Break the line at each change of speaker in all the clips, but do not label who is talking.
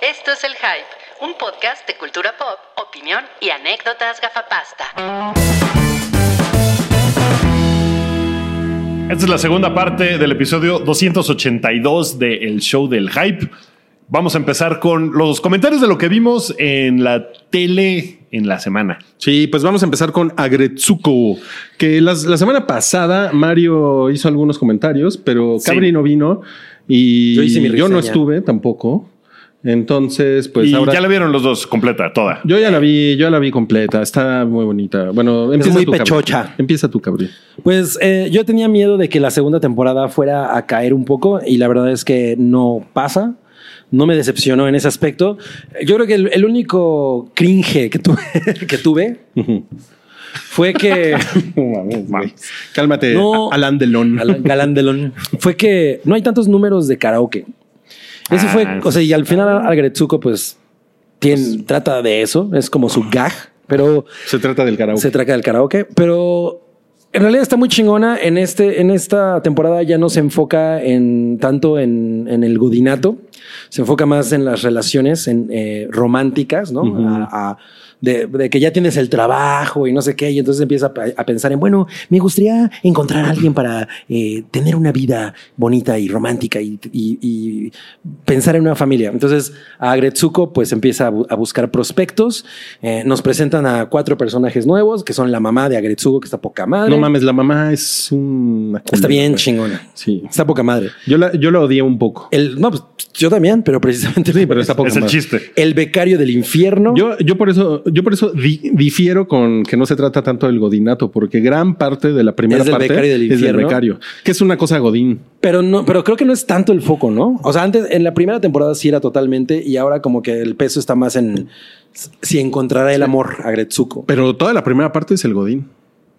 Esto es El Hype, un podcast de cultura pop, opinión y anécdotas gafapasta.
Esta es la segunda parte del episodio 282 de El Show del Hype. Vamos a empezar con los comentarios de lo que vimos en la tele en la semana.
Sí, pues vamos a empezar con Agretsuko, que las- la semana pasada Mario hizo algunos comentarios, pero
Sí.
Cabri no vino y
Yo hice mi
yo no
reseña.
estuve tampoco. Entonces, pues
y
ahora
ya la vieron los dos, completa, toda.
yo ya la vi, yo la vi completa, está muy bonita. Bueno, empieza
muy
tú, Cabri.
pechocha.
Empieza tú, Cabri.
Pues eh, yo tenía miedo de que la segunda temporada fuera a caer un poco y la verdad es que no pasa. No me decepcionó en ese aspecto. Yo creo que el, el único cringe que tuve, que tuve fue que...
Cálmate,
No.
a- Alan Delon.
Galán- Galán Delon. Fue que no hay tantos números de karaoke. Eso
Ah,
fue,
sí. Pues
o sea, y al final Algretsuko, pues, tiene, trata de eso. Es como su gag, pero
Se trata del karaoke.
se traca del karaoke, pero en realidad está muy chingona. En, este, en esta temporada ya no se enfoca en tanto en, en el godinato, se enfoca más en las relaciones en, eh, románticas, ¿no? A- a- de, de que ya tienes el trabajo y no sé qué, y entonces empieza a, pe- a pensar en, bueno, me gustaría encontrar a alguien para eh, tener una vida bonita y romántica y, y- y pensar en una familia. Entonces, a Gretsuko pues empieza a, bu- a buscar prospectos, eh, nos presentan a cuatro personajes nuevos, que son la mamá de Agretsuko, que está poca madre.
No mames, la mamá es una
Está
culera,
bien
güey.
chingona.
Sí.
Está poca madre.
Yo la, yo la odié un poco.
El, no, pues, yo también, pero precisamente
Sí, pero está poca
Es el
madre.
chiste.
el becario del infierno.
Yo, yo por eso, yo por eso di- difiero con que no se trata tanto del godinato, porque gran parte de la primera
Es del
parte
becario del
es del
infierno.
becario, que es una cosa godín.
Pero no, pero creo que no es tanto el foco, ¿no? O sea, antes en la primera temporada sí era totalmente y ahora como que el peso está más en si encontrará el amor a Gretsuko.
Pero toda la primera parte es el godín.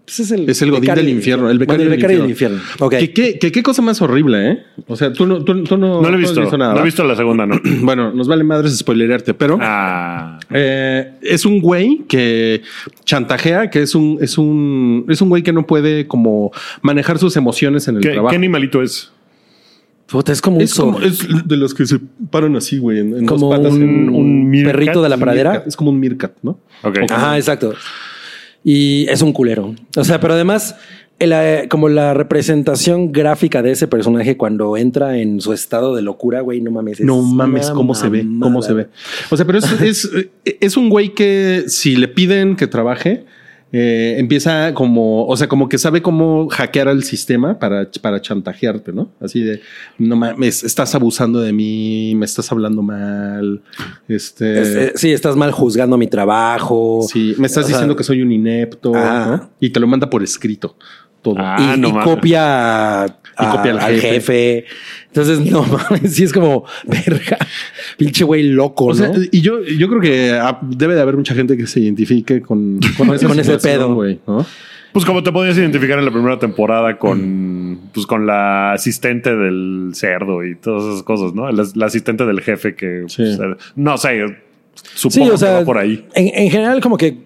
Ese es el,
Es el godín
becario
del infierno. El becario,
Bueno,
del, infierno.
infierno. Ok.
Que- que- que- ¿Qué, cosa más horrible, ¿eh? O sea, tú no, tú, tú
No
no,
lo he
has
visto.
nada.
no he
¿va?
visto la segunda, no.
Bueno, nos vale madres spoilerearte, pero
Ah,
eh, es un güey que chantajea, que es un, es un, es un güey que no puede como manejar sus emociones en el
¿qué,
trabajo.
qué animalito es?
Puta, es como un
Es como,
zorro.
es de los que se paran así, güey, en, en dos
Como
patas, en
un,
un meerkat,
perrito de la pradera.
Meerkat. Es como un Mirkat, ¿no?
Ok.
Ajá, exacto. Y es un culero. O sea, pero además, el, eh, como la representación gráfica de ese personaje cuando entra en su estado de locura, güey, no mames. es
No mames,
una
cómo se ve, cómo
mamada.
se ve. O sea, pero es, es, es un güey que si le piden que trabaje, eh, empieza como, o sea, como que sabe cómo hackear al sistema para, para chantajearte, ¿no? Así de, no mames, estás abusando de mí, me estás hablando mal, este...
Es- eh, sí, estás mal juzgando mi trabajo.
Sí, me estás
o sea,
diciendo que soy un inepto
Ah.
¿no? y te lo manda por escrito todo.
Ah.
y,
no
y
mames.
copia, a-
copia al
al, jefe. Entonces, no mames, sí es como verga, pinche güey loco,
O sea,
eh,
¿no?
y yo, yo creo que ah, debe de haber mucha gente que se identifique con, con, esa
Con ese
situación,
pedo.
güey, ¿no?
Pues como te podías identificar en la primera temporada con, pues con la asistente del cerdo y todas esas cosas, ¿no? La, la asistente del jefe que,
Sí.
pues, eh, no sé,
Sí,
supongo
o
que
sea,
va por ahí.
En, en general, como que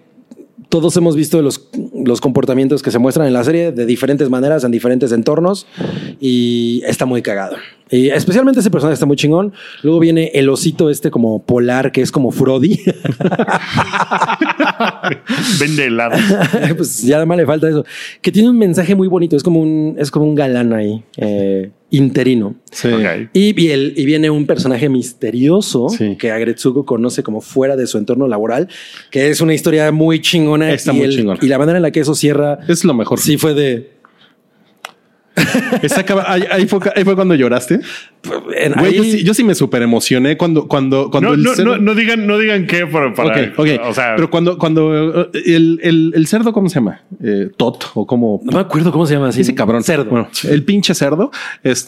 todos hemos visto los, los comportamientos que se muestran en la serie de diferentes maneras, en diferentes entornos, y está muy cagado. Y especialmente ese personaje está muy chingón. Luego viene el osito este como polar, que es como Frodi.
Vende helado.
pues ya nada más le falta eso. Que tiene un mensaje muy bonito, es como un, es como un galán ahí, eh, interino.
Sí.
Ok.
Y, y el- y viene un personaje misterioso
Sí.
que Agretsuko conoce como fuera de su entorno laboral, que es una historia muy chingona.
Está
y
muy
el-
chingona.
Y la manera en la que eso cierra,
Es lo mejor.
sí fue de...
Está acaba- ahí, ahí fue, ahí fue cuando lloraste.
en-
Güey, yo,
ahí-
sí, yo sí me super emocioné cuando, cuando, cuando
No,
el
no,
cerdo-
no, no digan, no digan qué para, para
Ok, ok.
o sea,
Pero cuando, cuando eh, el, el- el cerdo, ¿cómo se llama? Eh, Tot o como
no me acuerdo cómo se llama así.
ese cabrón.
Cerdo.
Bueno, el pinche cerdo.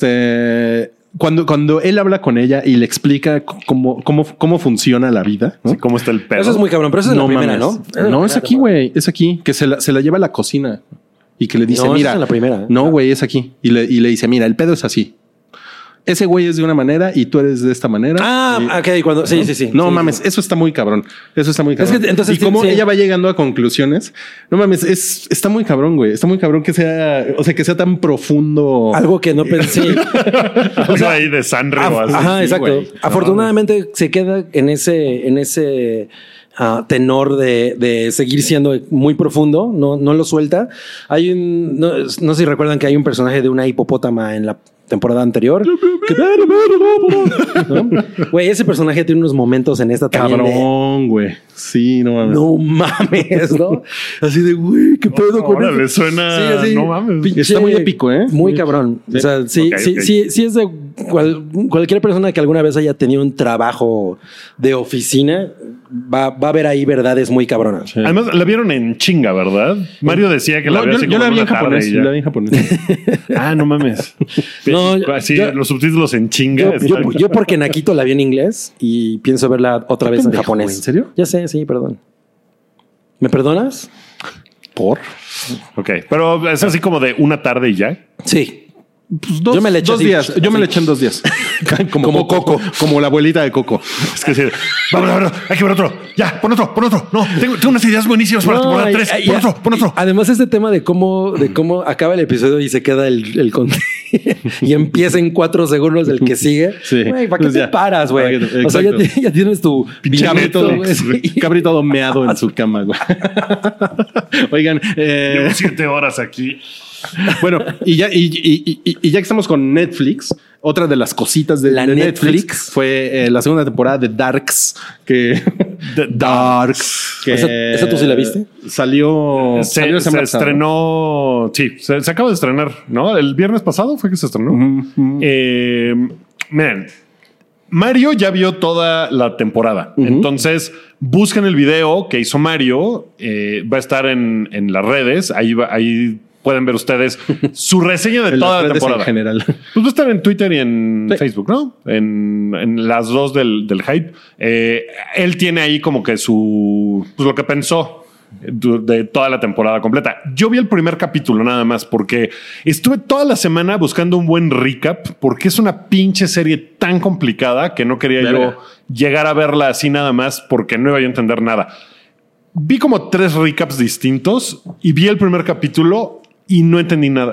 Este. Cuando, cuando él habla con ella y le explica c- cómo, cómo, cómo funciona la vida, ¿no?
sí, cómo está el pedo.
Eso es muy cabrón, pero eso es en la primera,
mames.
¿no?
No, es aquí, güey. Es aquí. Que se la, se la lleva a la cocina y que le dice,
No, eso
mira.
es en la primera. ¿eh? Ah.
No, güey, es aquí. Y le, y le dice, mira, el pedo es así. ese güey es de una manera y tú eres de esta manera. Y-
Ah, ok, cuando. Sí, sí, sí.
No
Sí,
mames, eso está muy cabrón. Eso está muy cabrón.
que entonces
y como
sí, sí.
ella va llegando a conclusiones, no mames, es, está muy cabrón, güey. Está muy cabrón que sea, o sea, que sea tan profundo.
Algo que no pensé.
Algo ahí de Sanrio.
Af-
así.
Ah, Ajá,
sí,
exacto.
güey.
Afortunadamente se queda en ese, en ese ah, tenor de, de seguir siendo muy profundo, no, no lo suelta. Hay un, no, no sé si recuerdan que hay un personaje de una hipopótama en la temporada anterior. ¿No? Güey, ese personaje tiene unos momentos en esta también de-
Cabrón, güey. Sí, no mames.
no mames, ¿no? Así de, güey, qué pedo con
Órale,
eso?
suena-
así,
no mames.
pinche-
Está muy épico, ¿eh?
Muy cabrón. O sea, sí,
Ok,
sí,
ok.
sí, sí es de cual- cualquier persona que alguna vez haya tenido un trabajo de oficina, va, va a ver ahí verdades muy cabronas.
Sí.
Además, la vieron en chinga, ¿verdad? Mario decía que la
No,
vio
yo,
así
yo
como
la vi
una
en
tarde
japonés.
y
yo
ya.
la vi en japonés.
Ah, no mames.
No, yo-
Así,
yo-
los subtítulos en chinga.
Yo,
están-
yo- yo porque Nakito la vi en inglés y pienso verla otra vez en
pendejo,
japonés.
¿en serio?
Ya sé, sí, perdón. ¿Me perdonas?
Por
Ok, pero es así como de una tarde y ya.
Sí.
Pues dos,
Yo me la eché
dos
así.
días. Yo me la eché en dos días. como,
Como
Como la abuelita de Coco.
Es que sí, vamos, vamos, hay que ver otro. Ya, pon otro, pon otro. No, tengo, tengo unas ideas buenísimas para la
No,
temporada
y-
3.
y-
Pon otro, pon otro.
y Además, este tema de cómo, de cómo acaba el episodio y se queda el, el con- y empieza en cuatro segundos el que sigue.
Sí.
Güey, ¿para qué
Pues
te
ya.
paras, güey?
Para que-
O sea, ya,
exacto.
ti- ya tienes tu
Cabrito,
viñeto, güey, sí.
cabrito domeado en su cama, güey. Oigan, eh,
Llevo siete horas aquí.
Bueno, y ya, y, y- y- y ya que estamos con Netflix, otra de las cositas de,
La
de
Netflix.
fue eh, la segunda temporada de Darks, que Ah, Darks. que
¿Esa- esa tú sí la viste?
Salió,
Se,
salió la
se
semana pasada.
estrenó. Sí, se, se acaba de estrenar, ¿no? El viernes pasado fue que se estrenó. Eh, miren, Mario ya vio toda la temporada. Entonces, busquen el video que hizo Mario. eh, va a estar en, en las redes. Ahí, va- ahí pueden ver ustedes su reseña de
En las
toda la
redes
temporada.
en general.
Pues va a estar en Twitter y en
Sí.
Facebook, ¿no? En, en las dos del, del hype. Eh, él tiene ahí como que su. Pues lo que pensó du- de toda la temporada completa. Yo vi el primer capítulo nada más porque estuve toda la semana buscando un buen recap porque es una pinche serie tan complicada que no quería
Verga.
yo llegar a verla así nada más porque no iba yo a entender nada. Vi como tres recaps distintos y vi el primer capítulo y no entendí nada.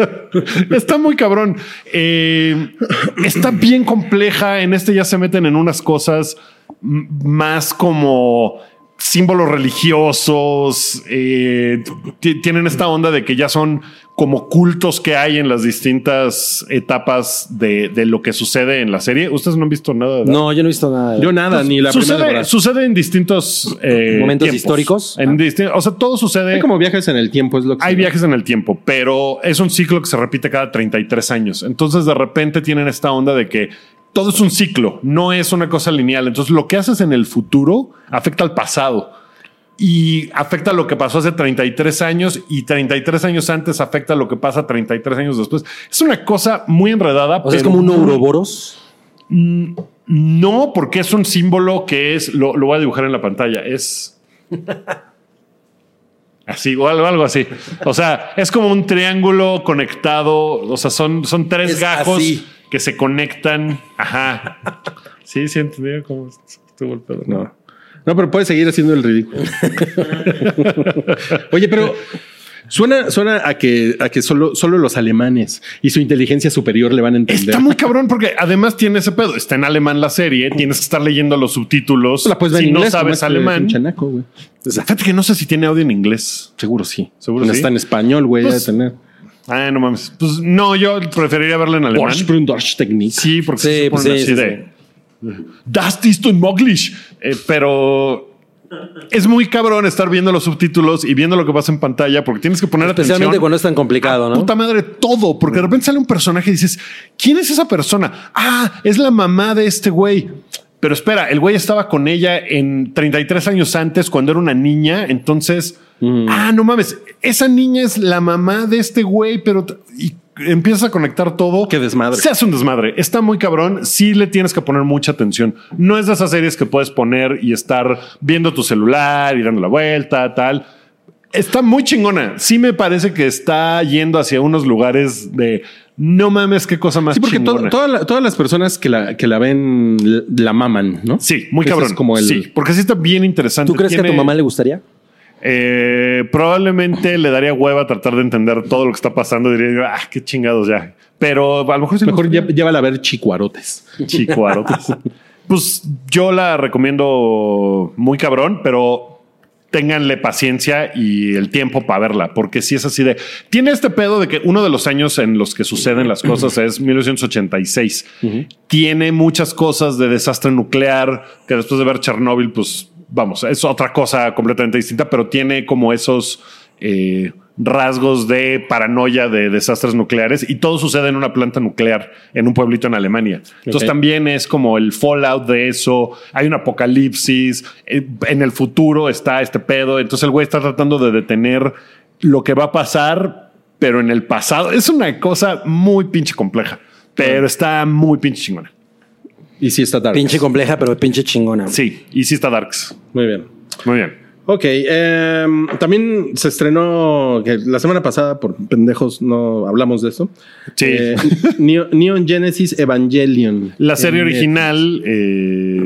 está muy cabrón. Eh, está bien compleja. En este ya se meten en unas cosas m- más como símbolos religiosos. eh, ti- tienen esta onda de que ya son como cultos que hay en las distintas etapas de, de lo que sucede en la serie. Ustedes no han visto nada. ¿verdad?
No, yo no he visto nada.
Yo nada, ni la primera
Sucede,
temporada.
sucede en distintos eh,
Momentos históricos.
En
Ah.
disti- o sea, todo sucede.
Hay como viajes en el tiempo, es lo que
Hay
se-
viajes en el tiempo, pero es un ciclo que se repite cada 33 años. Entonces, de repente tienen esta onda de que todo es un ciclo, no es una cosa lineal. Entonces, lo que haces en el futuro afecta al pasado y afecta lo que pasó hace 33 años y 33 años antes afecta lo que pasa 33 años después. Es una cosa muy enredada.
O sea, es
pero
como un
muy-
Ouroboros.
no, porque es un símbolo que es. Lo, lo voy a dibujar en la pantalla. Es. Así, o algo, algo así. O sea, es como un triángulo conectado. O sea, son, son tres
Es
gajos
así.
que se conectan. Ajá. Sí, sí, entendí cómo estuvo el pedo.
No. No, pero puedes seguir haciendo el ridículo. Oye, pero suena, suena a que, a que solo, solo los alemanes y su inteligencia superior le van a entender.
Está muy cabrón porque además tiene ese pedo. Está en alemán la serie, tienes que estar leyendo los subtítulos.
Pues La puedes ver
si
en
no
inglés,
sabes
nomás que eres
alemán.
un chanaco, güey.
Fíjate que no sé si tiene audio en inglés.
Seguro sí.
Seguro
No
sí.
Está en español, güey.
Pues,
ha de tener.
Ah, no mames. Pues no, yo preferiría verlo en alemán.
Borsch-Brunn-Dorsch-Technik.
Sí, porque
Sí,
se
pues
ponen
sí,
así
sí,
de. Das ist in Moglish. Eh, pero es muy cabrón estar viendo los subtítulos y viendo lo que pasa en pantalla porque tienes que poner
Especialmente
atención.
cuando es tan complicado, ¿no?
Ah, Puta madre, todo, porque de repente sale un personaje y dices, ¿quién es esa persona? Ah, es la mamá de este güey. Pero espera, el güey estaba con ella en 33 años antes cuando era una niña, entonces, ah, no mames, esa niña es la mamá de este güey, pero t- y empiezas a conectar todo.
Qué desmadre.
Se hace un desmadre, está muy cabrón, sí le tienes que poner mucha atención. No es de esas series que puedes poner y estar viendo tu celular y dando la vuelta, tal. Está muy chingona. Sí me parece que está yendo hacia unos lugares de no mames, qué cosa más
Sí, porque to-
chingona.
toda la- todas las personas que la, que la ven la- la maman, ¿no?
Sí, muy
Ese
cabrón.
Es como el,
Sí, porque sí está bien interesante.
¿Tú crees que a tu
Tiene-
mamá le gustaría?
Eh, probablemente le daría hueva tratar de entender todo lo que está pasando. Diría yo, ah, qué chingados ya. Pero a lo mejor sí.
Mejor lle- llévala a ver chicuarotes.
Chicuarotes. pues yo la recomiendo muy cabrón, pero ténganle paciencia y el tiempo para verla, porque si es así de... Tiene este pedo de que uno de los años en los que suceden las cosas es 1986. Tiene muchas cosas de desastre nuclear, que después de ver Chernóbil, pues vamos, es otra cosa completamente distinta, pero tiene como esos... eh, rasgos de paranoia de desastres nucleares y todo sucede en una planta nuclear en un pueblito en Alemania. Entonces
Ok.
también también es como el fallout de eso. Hay un apocalipsis. eh, En el futuro está este pedo. Entonces el güey está tratando de detener lo que va a pasar, pero en el pasado. Es una cosa muy pinche compleja, pero está muy pinche chingona.
Y sí está tarde.
Pinche compleja, pero pinche chingona.
Sí, y sí está Darks.
Muy bien.
Muy bien.
Ok, em, también se estrenó que la semana pasada, por pendejos, no hablamos de eso.
Sí.
Eh, Neo- Neon Genesis Evangelion.
La serie
En
original eh,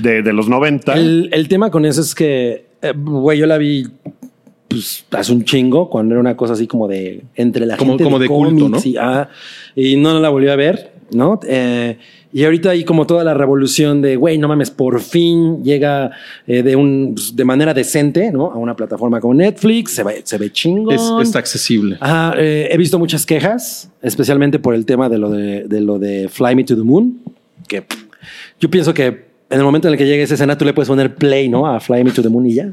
de, de los 90.
El, el tema con eso es que, eh, güey, yo la vi pues, hace un chingo, cuando era una cosa así como de entre la
Como-
gente
como de culto,
cómics
¿no?
Y, ah, y no, no la volví a ver, ¿no? Eh, y ahorita hay como toda la revolución de, güey, no mames, por fin llega eh, de un pues, de manera decente, ¿no? A una plataforma como Netflix, se ve, se ve chingón.
Es, está accesible.
Ajá, eh, he visto muchas quejas, especialmente por el tema de lo de, de lo de Fly Me to the Moon, que pff, yo pienso que en el momento en el que llegue esa escena tú le puedes poner play, ¿no? A Fly Me to the Moon y ya.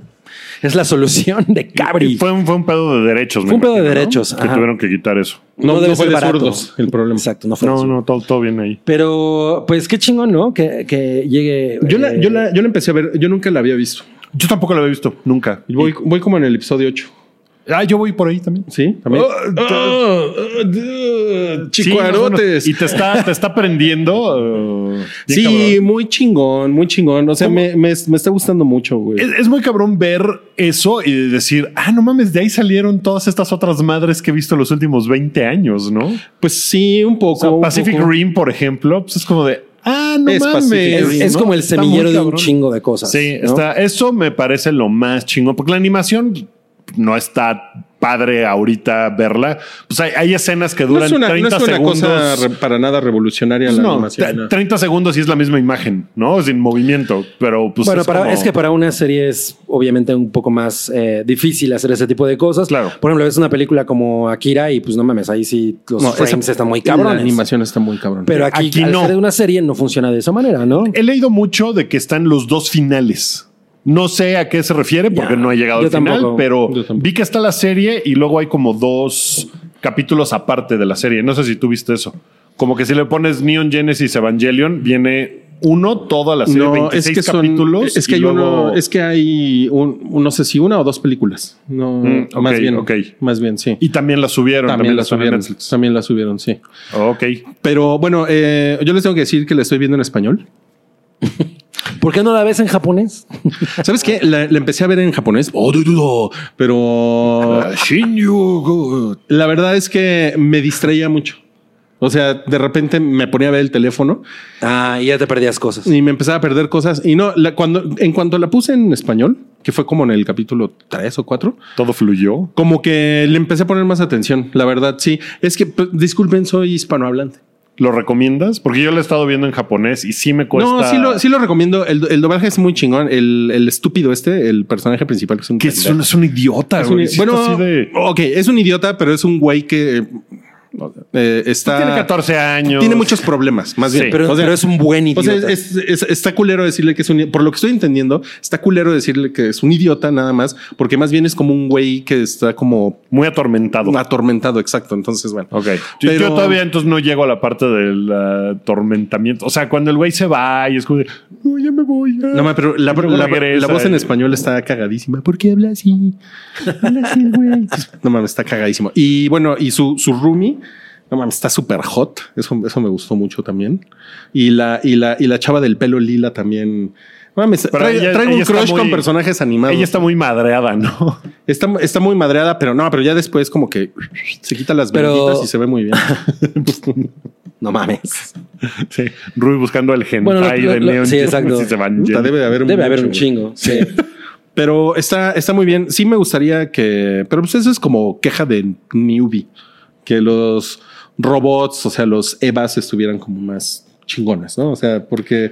Es la solución de Cabri.
Fue un, fue un pedo de derechos. me
Fue un pedo de
imagino, ¿no?
derechos,
Que
ajá.
tuvieron que quitar eso.
No,
debe
no fue
ser
de
barato.
zurdos el problema.
Exacto, no fue de
No,
zurdos.
no, todo, todo bien ahí.
Pero pues qué chingón, ¿no? Que, que llegue.
Yo la,
eh,
yo, la, yo la empecé a ver, yo nunca la había visto.
Yo tampoco lo había visto, nunca.
Voy, voy como en el episodio 8.
Ah, yo voy por ahí también.
¿Sí? También.
Oh,
Ah,
Sí,
chicuarotes.
más o menos. y te está, te está prendiendo. eh, bien
Sí,
cabrón.
muy chingón, muy chingón. O sea,
¿Cómo?
me, me- me está gustando mucho, güey.
Es, es muy cabrón ver eso y decir, ah, no mames, de ahí salieron todas estas otras madres que he visto en los últimos 20 años, ¿no?
Pues sí, un
O
poco.
sea,
un
Pacific
poco.
Rim, por ejemplo, pues es como de, ah, no
Es
mames.
Pacific
es,
Rim,
es
¿no?
como el
Está muy
semillero de un
cabrón.
chingo de cosas.
Sí,
¿no?
está, eso me parece lo más chingón, porque la animación no está padre ahorita verla. Pues hay, hay escenas que
No
duran
es una, no
30
es una
segundos.
cosa re- para nada revolucionaria
Pues
la
no,
animación.
tre-
no.
30 segundos y es la misma imagen, ¿no? Sin movimiento, pero pues
bueno, para-
como-
es que para una serie es obviamente un poco más eh, difícil hacer ese tipo de cosas.
Claro.
Por ejemplo, ves una película como Akira y pues no mames, ahí sí los
No,
frames
esa-
están muy
La
cabrones.
animación está muy cabrón.
Pero aquí,
Aquí
al
no.
ser de una serie no funciona de esa manera, ¿no?
Eh,
He leído mucho de que están los dos finales. No sé a qué se refiere porque
Ya,
no he llegado
yo
al final,
tampoco,
pero
yo tampoco.
vi que está la serie y luego hay como dos capítulos aparte de la serie. No sé si tú viste eso. Como que si le pones Neon Genesis Evangelion, viene uno toda la serie,
no, es
26
que son,
capítulos.
es que
y
hay
luego-
uno, es que hay un, un- no sé si una o dos películas. No,
Mm, ok,
más bien,
ok.
más bien, sí.
Y también la subieron.
también, la
están en
subieron,
Netflix.
también la subieron, sí.
Ok.
Pero bueno, eh, yo les tengo que decir que la estoy viendo en español.
¿Por qué no la ves en japonés?
¿Sabes qué? La, la empecé a ver en japonés. Oh, du, du, du. Pero la verdad es que me distraía mucho. O sea, de repente me ponía a ver el teléfono
Ah, y ya te perdías cosas.
Pues, y me empezaba a perder cosas. Y no, la- cuando, en cuanto la puse en español, que fue como en el capítulo 3 o 4,
Todo fluyó.
como que le empecé a poner más atención. La verdad, sí. Es que, p- disculpen, soy hispanohablante.
¿Lo recomiendas? Porque yo lo he estado viendo en japonés y sí me cuesta.
No, sí lo, sí lo recomiendo. El, el doblaje es muy chingón. El, el estúpido este, el personaje principal, que es un
Que es
pendejo.
un, es un idiota,
Es un-
güey. Sí está
bueno,
así de-
ok, es un idiota, pero es un güey que eh, eh, está.
Tiene 14 años.
Tiene muchos problemas, más bien.
Sí.
Pero,
O sea,
pero es un buen
o
idiota.
sea, es- es- está culero decirle que es un. Por lo que estoy entendiendo, está culero decirle que es un idiota nada más, porque más bien es como un güey que está como
Muy atormentado.
atormentado, exacto. Entonces, bueno.
Ok. Yo-
Pero-
Yo todavía entonces no llego a la parte del eh, atormentamiento. O sea, cuando el güey se va y es como de, no, ya me voy. ya".
No, ma, pero la,
Y luego
la-
regresa
la voz en
y-
español está cagadísima. ¿Por qué habla así? Habla así, güey. No mames, está cagadísimo. Y bueno, y su, su roomie, no mames, está súper hot. Eso, eso me gustó mucho también. Y la, y la, y la chava del pelo lila también. Mames,
Pero
trae-
ella-
traigo
ella
un
está
crush
muy-
con personajes animados.
Ella está muy madreada, ¿no?
Está, está muy madreada, pero no, pero ya después como que se quita las
Pero-
benditas y se ve muy bien. no mames.
Sí. Rui buscando el hentai
Bueno, lo-
de
lo-
Neon
sí,
Genesis
exacto.
Evangelion.
Puta, debe de haber
Debe haber
mucho,
un
güey.
chingo. sí.
Pero está, está muy bien. Sí me gustaría que... Pero pues eso es como queja de newbie. Que los robots, o sea, los Evas estuvieran como más chingones, ¿no? O sea, porque...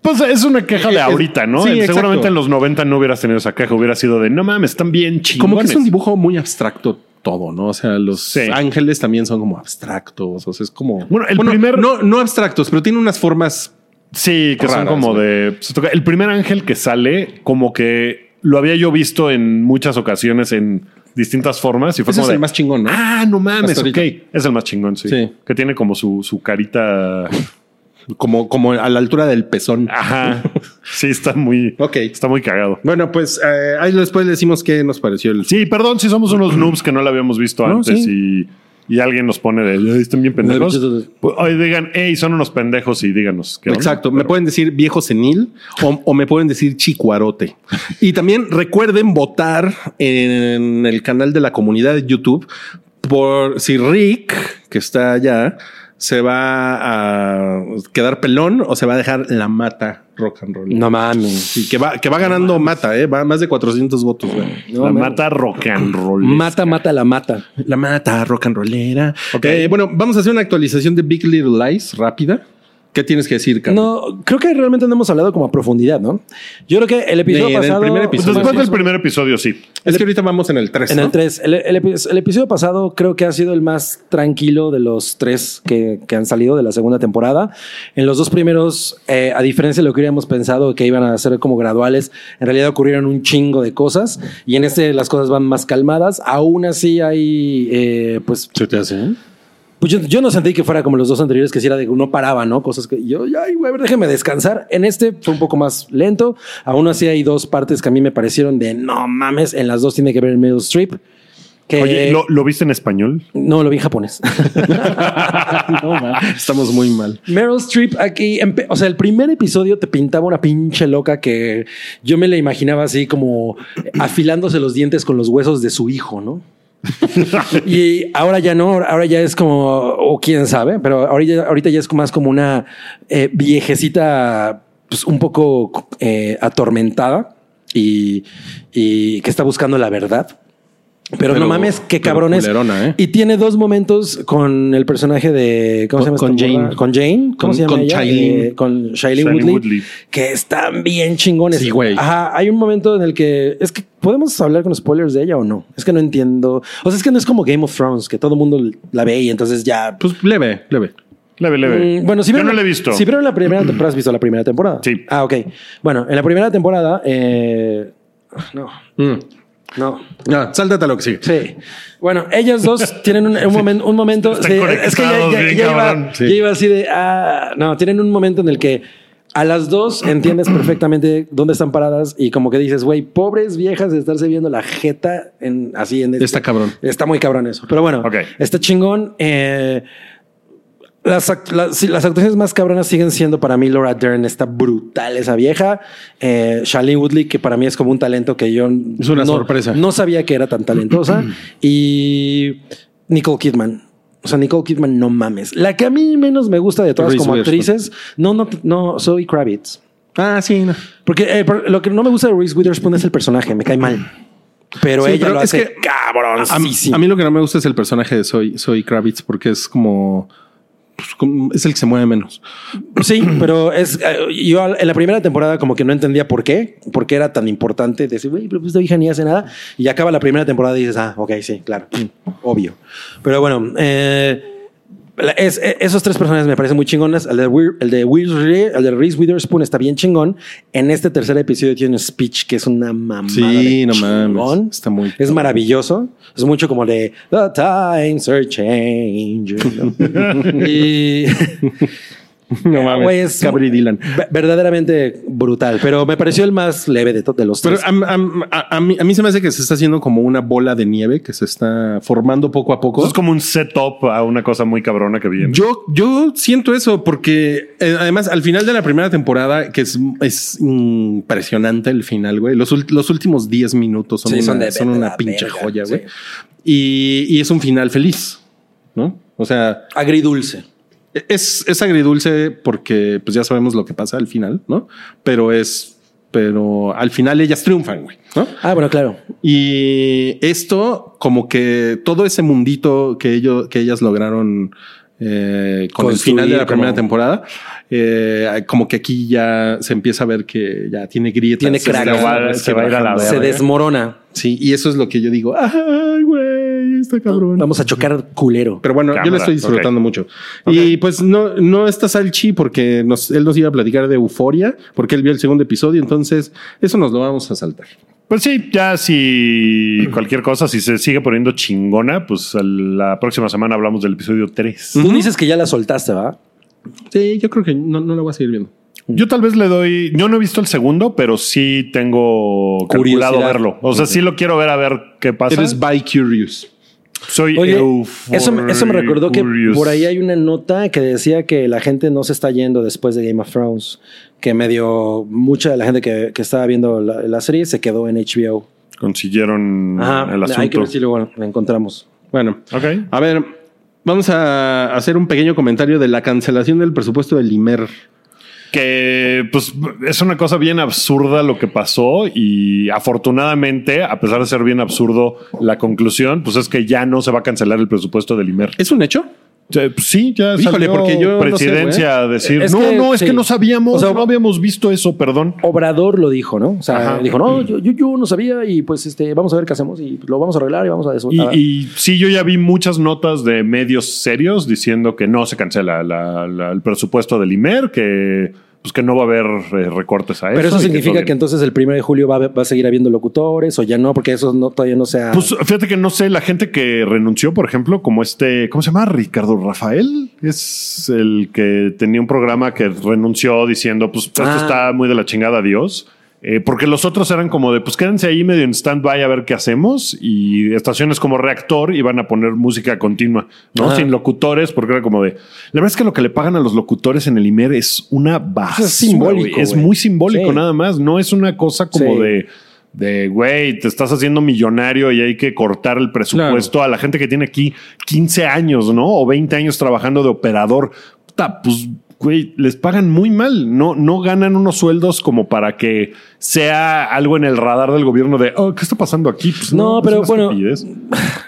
Pues es una queja de
Es-
ahorita, ¿no?
sí,
En-
exacto.
Seguramente en los 90 no hubieras tenido esa queja, hubiera sido de no mames, están bien chingones.
Como que es un dibujo muy abstracto todo, ¿no? O sea, los
Sí.
ángeles también son como abstractos. O sea, es como...
Bueno, el primer-
No, no abstractos, pero tiene unas formas...
Sí, que son
Raras,
como
güey.
de. pues, se toca- El primer ángel que sale, como que lo había yo visto en muchas ocasiones en distintas formas y fue
Ese
como
es
de,
el más chingón, ¿no?
Ah, no mames,
Hasta
ok.
ahorita.
Es el más chingón, sí.
Sí.
Que tiene como su, su carita.
Como, como a la altura del pezón.
Ajá. Sí, está muy.
Ok.
Está muy cagado.
Bueno, pues eh, ahí después le decimos qué nos pareció el...
Sí, perdón si somos unos noobs que no la habíamos visto
No,
antes y, y alguien nos pone de. "Ay, Están bien pendejos. Pues, Oye, digan, hey, son unos pendejos y díganos. ¿qué onda?".
Exacto, me
Pero-
pueden decir viejo senil o, o me pueden decir chicuarote. Y también recuerden votar en el canal de la comunidad de YouTube por si Rick, que está allá, se va a quedar pelón o se va a dejar la mata rock and roll.
No mames.
Y que va, que va ganando mata, eh, va a más de 400 votos. güey.
No
la
mames.
mata rock and roll.
Mata, mata la mata.
La mata rock and rollera.
Ok.
Eh, bueno, vamos a hacer una actualización de Big Little Lies rápida. ¿Qué tienes que decir, Carlos?
No, creo que realmente no hemos hablado como a profundidad, ¿no? Yo creo que el episodio
De- del
pasado.
primer episodio.
Después
Sí,
del primer episodio, sí.
Es que ahorita vamos en el 3.
En el 3. El, el epi- el episodio pasado creo que ha sido el más tranquilo de los tres que, que han salido de la segunda temporada. En los dos primeros, eh, a diferencia de lo que hubiéramos pensado que iban a ser como graduales, en realidad ocurrieron un chingo de cosas y en este las cosas van más calmadas. Aún así hay, eh, pues,
¿Se te hace?
pues yo, yo no sentí que fuera como los dos anteriores, que si era de no paraba, ¿no? Cosas que yo, ya, ay, güey, a ver, déjeme descansar. En este fue un poco más lento. Aún así hay dos partes que a mí me parecieron de no mames. En las dos tiene que ver el Middle Strip. Que
Oye, ¿lo, lo viste en español?
no, lo vi en japonés.
Ah, Estamos muy mal.
Meryl Streep aquí, empe- o sea, el primer episodio te pintaba una pinche loca que yo me la imaginaba así como afilándose los dientes con los huesos de su hijo, ¿no? y ahora ya no, ahora ya es como, o quién sabe, pero ahorita, ahorita ya es más como una eh, viejecita pues, un poco eh, atormentada y, y que está buscando la verdad. Pero,
Pero-
no mames, qué
pero
cabrones.
culerona, ¿eh?
Y tiene dos momentos con el personaje de. ¿Cómo se llama?
Con-
esta
con
morra?
Jane.
Con Jane. ¿Cómo
Con-
se llama?
con
ella?
Shailene.
Eh, con Shailene
Shailene
Woodley,
Woodley.
Que están bien chingones.
Sí, güey.
Ajá. Hay un momento en el que. Es que podemos hablar con spoilers de ella o no. Es que no entiendo. O sea, es que no es como Game of Thrones, que todo el mundo la ve y entonces ya.
Pues leve, leve.
Leve, leve.
Mm, bueno, si
Yo
vieron,
no lo he visto.
Si vieron la primera temporada, ¿has visto la primera temporada?
Sí.
Ah, ok. Bueno, en la primera temporada. eh, no, no.
Ah, sáltate a lo que sigue.
Sí. Bueno, ellas dos tienen un, un momen- un momento.
Están
sí,
conectados,
es que ya, ya-
bien
ya iba,
cabrón.
Sí.
ya iba así de. ah, no, tienen un momento en el que a las dos entiendes perfectamente dónde están paradas y como que dices, güey, pobres viejas de estarse viendo la jeta en, así en este
Está cabrón.
Está muy cabrón eso. Pero bueno,
Ok.
está chingón. Eh, las, act- las, sí, las actuaciones más cabronas siguen siendo para mí Laura Dern, está brutal esa vieja. Eh, Shailene Woodley, que para mí es como un talento que yo
Es una
no-
sorpresa.
No sabía que era tan talentosa. y Nicole Kidman. O sea, Nicole Kidman, no mames. La que a mí menos me gusta de todas
Reese
como
Witherspoon.
actrices, no, no, no, Zoe Kravitz.
Ah, sí. no.
Porque eh, por- lo que no me gusta de Reese Witherspoon es el personaje, me cae mal. Pero
Sí,
ella
pero
lo
es
hace
que- A, mí-
cabroncísimo.
a mí lo que no me gusta es el personaje de Soy, Soy Kravitz porque es como, pues, como- Es el que se mueve menos.
Sí, pero es eh, yo al- en la primera temporada como que no entendía por qué, por qué era tan importante decir, güey, pero pues esta hija ni hace nada. Y acaba la primera temporada y dices, ah, ok, sí, claro, mm, obvio. Pero bueno, eh, la- es- eh, esos tres personajes me parecen muy chingones. El de, Weir- el, de Weir- el de Reese Witherspoon está bien chingón. En este tercer episodio tiene un speech que es una mamada.
Sí,
de
no
chingón.
mames. Está muy.
Es maravilloso. Es mucho como de The times are changing. ¿no? y,
No mames.
Güey, es
Cabri Dylan.
ve- verdaderamente brutal, pero me pareció el más leve de, to- de los
Pero
tres.
a, a- a- a mí, a mí se me hace que se está haciendo como una bola de nieve que se está formando poco a poco.
Eso Pues es como un setup a una cosa muy cabrona que viene.
Yo, yo siento eso porque eh, además al final de la primera temporada, que es, es impresionante el final, güey. Los, ul- los últimos 10 minutos son
Sí,
una,
son
son
de- de
una
la
pinche
verga,
joya, güey.
sí.
Y, y es un final feliz, ¿no? O sea,
Agridulce.
es, es agridulce porque pues ya sabemos lo que pasa al final, ¿no? Pero es, pero al final ellas triunfan, güey, ¿no?
Ah, bueno, claro.
Y esto, como que todo ese mundito que ellos, que ellas lograron eh, con el
Construir
final de la primera
como-
temporada, eh, como que aquí ya se empieza a ver que ya tiene grietas.
Tiene
Se
cracks.
está-
Se va-
está
se va a ir a la
bajando.
verga.
Se desmorona.
Sí, y eso es lo que yo digo. Ay, güey, está cabrón.
Vamos a chocar culero.
Pero bueno, yo
Cámara,
lo estoy disfrutando mucho. Y pues no, no está Salchi porque nos, él nos iba a platicar de euforia, porque él vio el segundo episodio, entonces eso nos lo vamos a saltar.
Pues sí, ya si cualquier cosa, si se sigue poniendo chingona, pues al- la próxima semana hablamos del episodio 3.
Tú dices que ya la soltaste, ¿va?
Sí, yo creo que no, no lo voy a seguir viendo.
Mm.
Yo tal vez le doy, yo no he visto el segundo, pero sí tengo calculado
Curiosidad.
verlo. O sea, sí lo quiero ver a ver qué pasa.
Eres bi-curious.
Soy
Oye,
eufor-
eso, me- eso me recordó que
curious.
por ahí hay una nota que decía que la gente no se está yendo después de Game of Thrones, que medio mucha de la gente que, que estaba viendo la, la serie se quedó en HBO.
consiguieron el
hay que
asunto.
ver si luego la encontramos.
Bueno,
Ok.
a ver, vamos a hacer un pequeño comentario de la cancelación del presupuesto del E IMER.
que pues es una cosa bien absurda lo que pasó y afortunadamente, a pesar de ser bien absurdo, la conclusión pues es que ya no se va a cancelar el presupuesto del IMER.
¿Es un hecho?
Eh, pues, sí, ya
Híjole,
salió
porque yo no sé,
presidencia a decir,
Es
no,
que-
no, es
sí.
que no sabíamos,
O sea,
no habíamos visto eso, perdón.
Obrador lo dijo, ¿no? O sea,
Ajá. Mm.
dijo, no, yo, yo, yo no sabía y pues este, vamos a ver qué hacemos y lo vamos a arreglar y vamos a eso.
Y, y sí, yo ya vi muchas notas de medios serios diciendo que no se cancela la- la- el presupuesto del IMER, que pues que no va a haber eh, recortes a eso.
Pero eso
y todo
significa que,
bien.
entonces el 1 de julio va, a- va a seguir habiendo locutores o ya no, porque eso no, todavía no se ha...
Pues fíjate que no sé, la gente que renunció, por ejemplo, como este, ¿cómo se llama? Ricardo Rafael, es el que tenía un programa que renunció diciendo, pues esto
Ah.
está muy de la chingada, Dios. porque los otros eran como de, pues quédense ahí medio en stand-by a ver qué hacemos. Y estaciones como Reactor iban a poner música continua, ¿no?
Ah.
Sin locutores, porque era como de. La verdad es que lo que le pagan a los locutores en el IMER es una basura.
simbólico,
güey. Es
güey.
muy simbólico,
Sí.
nada más. No es una cosa como
Sí.
de de güey, te estás haciendo millonario y hay que cortar el presupuesto a la gente que tiene aquí 15 años, ¿no? O 20 años trabajando de operador. Puta, pues güey, les pagan muy mal, no no ganan unos sueldos como para que sea algo en el radar del gobierno de, "Oh, ¿qué está pasando aquí?" Pues
No,
es
pero
una
bueno,
estupidez.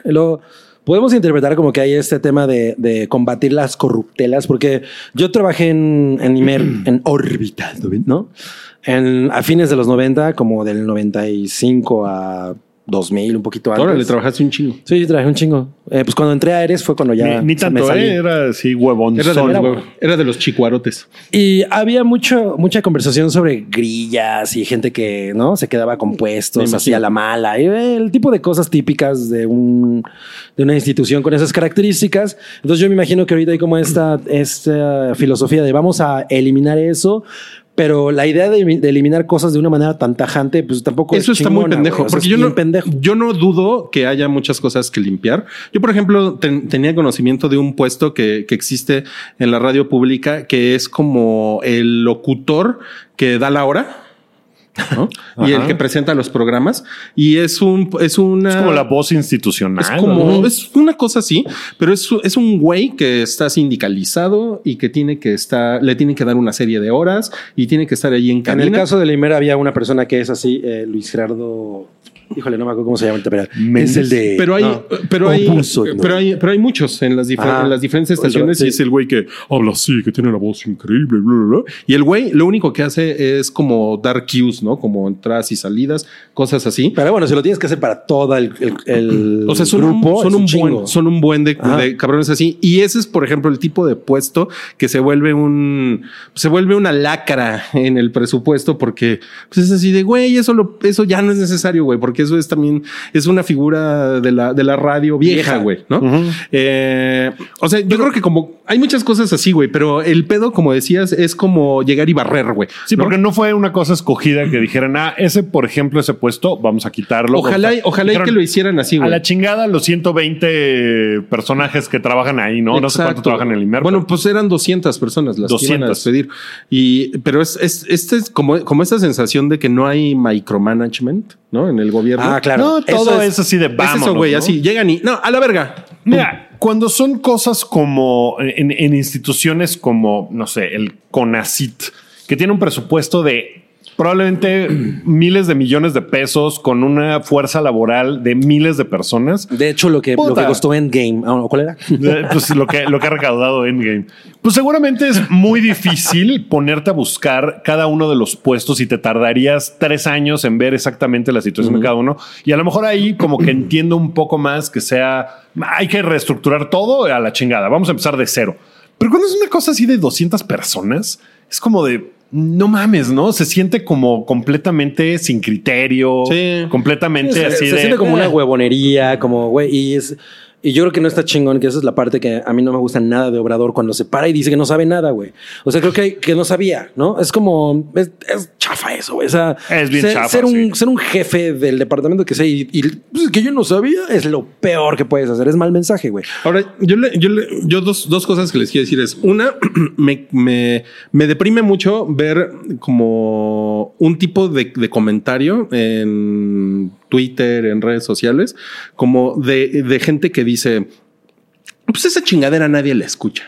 Lo podemos interpretar como que hay este tema de, de combatir las corruptelas, porque yo trabajé en, en Imer, en órbita, ¿no? En, a fines de los 90, como del 95 a 2000, un poquito antes.
Ahora le trabajaste un chingo.
Sí, sí, trabajé un chingo. Eh, pues cuando entré a Eres fue cuando ya.
ni, ni
se me
tanto,
salí.
¿eh? era así huevón.
Era de,
Son-
los, era de los chicuarotes.
Y había mucho, mucha conversación sobre grillas y gente que no se quedaba con puestos,
imagino.
hacía la mala, y eh, el tipo de cosas típicas de un de una institución con esas características. Entonces yo me imagino que ahorita hay como esta, esta filosofía de vamos a eliminar eso. Pero la idea de, de eliminar cosas de una manera tan tajante, pues tampoco
Eso
es
está muy
chingona,
pendejo.
güey. O sea,
Porque
es
yo
bien
no,
pendejo.
yo no dudo que haya muchas cosas que limpiar. Yo, por ejemplo, ten- tenía conocimiento de un puesto que, que existe en la radio pública que es como el locutor que da la hora. ¿no? y el
Ajá.
que presenta los programas y es un es una
Es como la voz institucional.
Es como,
¿no?
es una cosa así, pero es, es un güey que está sindicalizado y que tiene que estar, le tienen que dar una serie de horas y tiene que estar ahí en
En
cabina.
el caso de Limer había una persona que es así, eh, Luis Gerardo. Híjole, no me acuerdo cómo se llama ahorita, pero
Méndez.
Es el de.
pero hay,
no.
pero, hay
Opuso, ¿no?
pero hay, pero hay muchos en las, difer-
Ah.
en las diferentes estaciones
Sí.
y es el güey que habla así, que tiene la voz increíble, bla, bla, bla. Y el güey lo único que hace es como dar cues, ¿no? Como entradas y salidas, cosas así.
Pero bueno, si lo tienes que hacer para todo el, el- el
O sea, son,
grupo,
un, son,
es
un
chingo.
buen, son un buen de,
Ajá.
de cabrones así. Y ese es, por ejemplo, el tipo de puesto que se vuelve un, se vuelve una lacra en el presupuesto porque pues, es así de güey, eso lo, eso ya no es necesario, güey, porque porque eso es también, es una figura de la, de la radio vieja,
Vieja.
güey, ¿no?
Ujú.
Eh, o sea, yo creo que como hay muchas cosas así, güey, pero el pedo, como decías, es como llegar y barrer, güey.
Sí,
¿no?
porque no fue una cosa escogida que dijeran, ah, ese, por ejemplo, ese puesto, vamos a quitarlo.
Ojalá, y-
Dijeron,
ojalá y que lo hicieran así,
A
güey.
la chingada los 120 personajes que trabajan ahí, ¿no? No sé cuánto
Exacto.
trabajan en el Imer.
Bueno, pues eran 200 personas las que iban a
200.
despedir. Y, pero es, es, este es como, como esa sensación de que no hay micromanagement, ¿no? En el gobierno.
Ah, claro.
No,
Eso
todo
es-
es, así de
Es
vamos.
eso, güey, así. Llegan y, no, a la verga.
Mira, cuando son cosas como en, en instituciones como, no sé, el CONACIT, que tiene un presupuesto de probablemente miles de millones de pesos con una fuerza laboral de miles de personas.
De hecho, lo que, lo
Puta.
que costó Endgame, ah, no, ¿cuál era?
Eh, Pues lo que, lo que ha recaudado Endgame. Pues seguramente es muy difícil ponerte a buscar cada uno de los puestos y te tardarías tres años en ver exactamente la situación de cada uno. Y a lo mejor ahí como que entiendo un poco más que sea, hay que reestructurar todo a la chingada. Vamos a empezar de cero. Pero cuando es una cosa así de 200 personas, es como de... No mames, ¿no? Se siente como completamente sin criterio,
Sí.
completamente
Se,
así
se
de...
siente como
"Eh".
una huevonería, como güey, y es. Y yo creo que no está chingón, que esa es la parte que a mí no me gusta nada de Obrador cuando se para y dice que no sabe nada, güey. O sea, creo que, que no sabía, ¿no? Es como, es, es chafa eso, güey. O sea,
Es bien
ser,
chafa,
ser un,
sí.
ser un jefe del departamento que sé y, y, pues, que yo no sabía es lo peor que puedes hacer. Es mal mensaje, güey.
Ahora, yo, le- yo, le- yo dos, dos cosas que les quiero decir es, una, me, me, me deprime mucho ver como un tipo de, de comentario en Twitter, en redes sociales, como de, de gente que dice, pues esa chingadera nadie la escucha.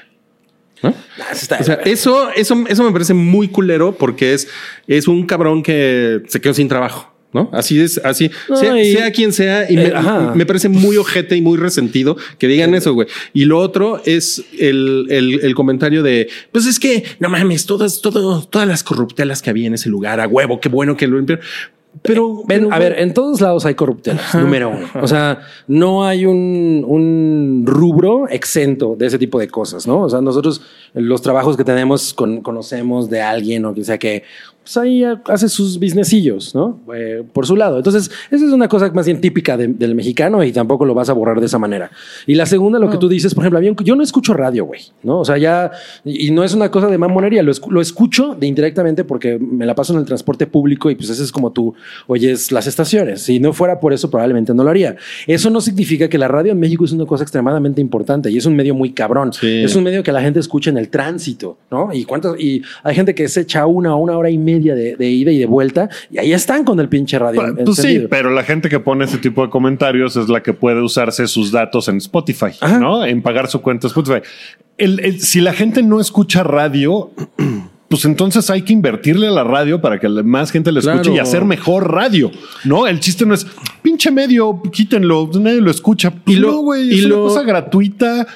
¿No?
Nah, eso Ah, está-
O sea, eso, eso, eso me parece muy culero porque es, es un cabrón que se quedó sin trabajo. ¿No? Así es, así,
No,
sea,
y-
sea quien sea, y
Eh,
me,
ajá.
me parece muy ojete y muy resentido que digan eso, güey. Y lo otro es el, el- el comentario de, pues es que, no mames, todas, todo, todas las corruptelas que había en ese lugar, a huevo, qué bueno que lo limpiaron. Pero,
Ven,
pero,
a ver, en todos lados hay corruptelas, número uno. O sea, no hay un, un rubro exento de ese tipo de cosas, ¿no? O sea, nosotros los trabajos que tenemos, con- conocemos de alguien o que sea que pues ahí ha- hace sus businessillos, ¿no? Eh, por su lado. Entonces, esa es una cosa más bien típica de- del mexicano y tampoco lo vas a borrar de esa manera. Y la segunda, lo que tú dices, por ejemplo, a mí- yo no escucho radio, güey, ¿no? O sea, ya, y y no es una cosa de mamonería, lo, escu- lo escucho de indirectamente porque me la paso en el transporte público y pues ese es como tú oyes las estaciones. Si no fuera por eso, probablemente no lo haría. Eso no significa que la radio en México es una cosa extremadamente importante y es un medio muy cabrón.
Sí.
Es un medio que la gente escucha en el tránsito, ¿no? Y cuántas, y hay gente que se echa una o una hora y media de, de ida y de vuelta y ahí están con el pinche radio.
Pa- Pues sí,
encendido.
pero la gente que pone ese tipo de comentarios es la que puede usarse sus datos en Spotify,
Ajá.
¿no? En pagar su cuenta Spotify. El- el- si la gente no escucha radio, pues entonces hay que invertirle a la radio para que la- más gente le escuche
Claro.
y hacer mejor radio, ¿no? El chiste no es pinche medio, quítenlo, nadie lo escucha. Pues
Y lo-
no, güey,
y
es
lo-
una cosa gratuita,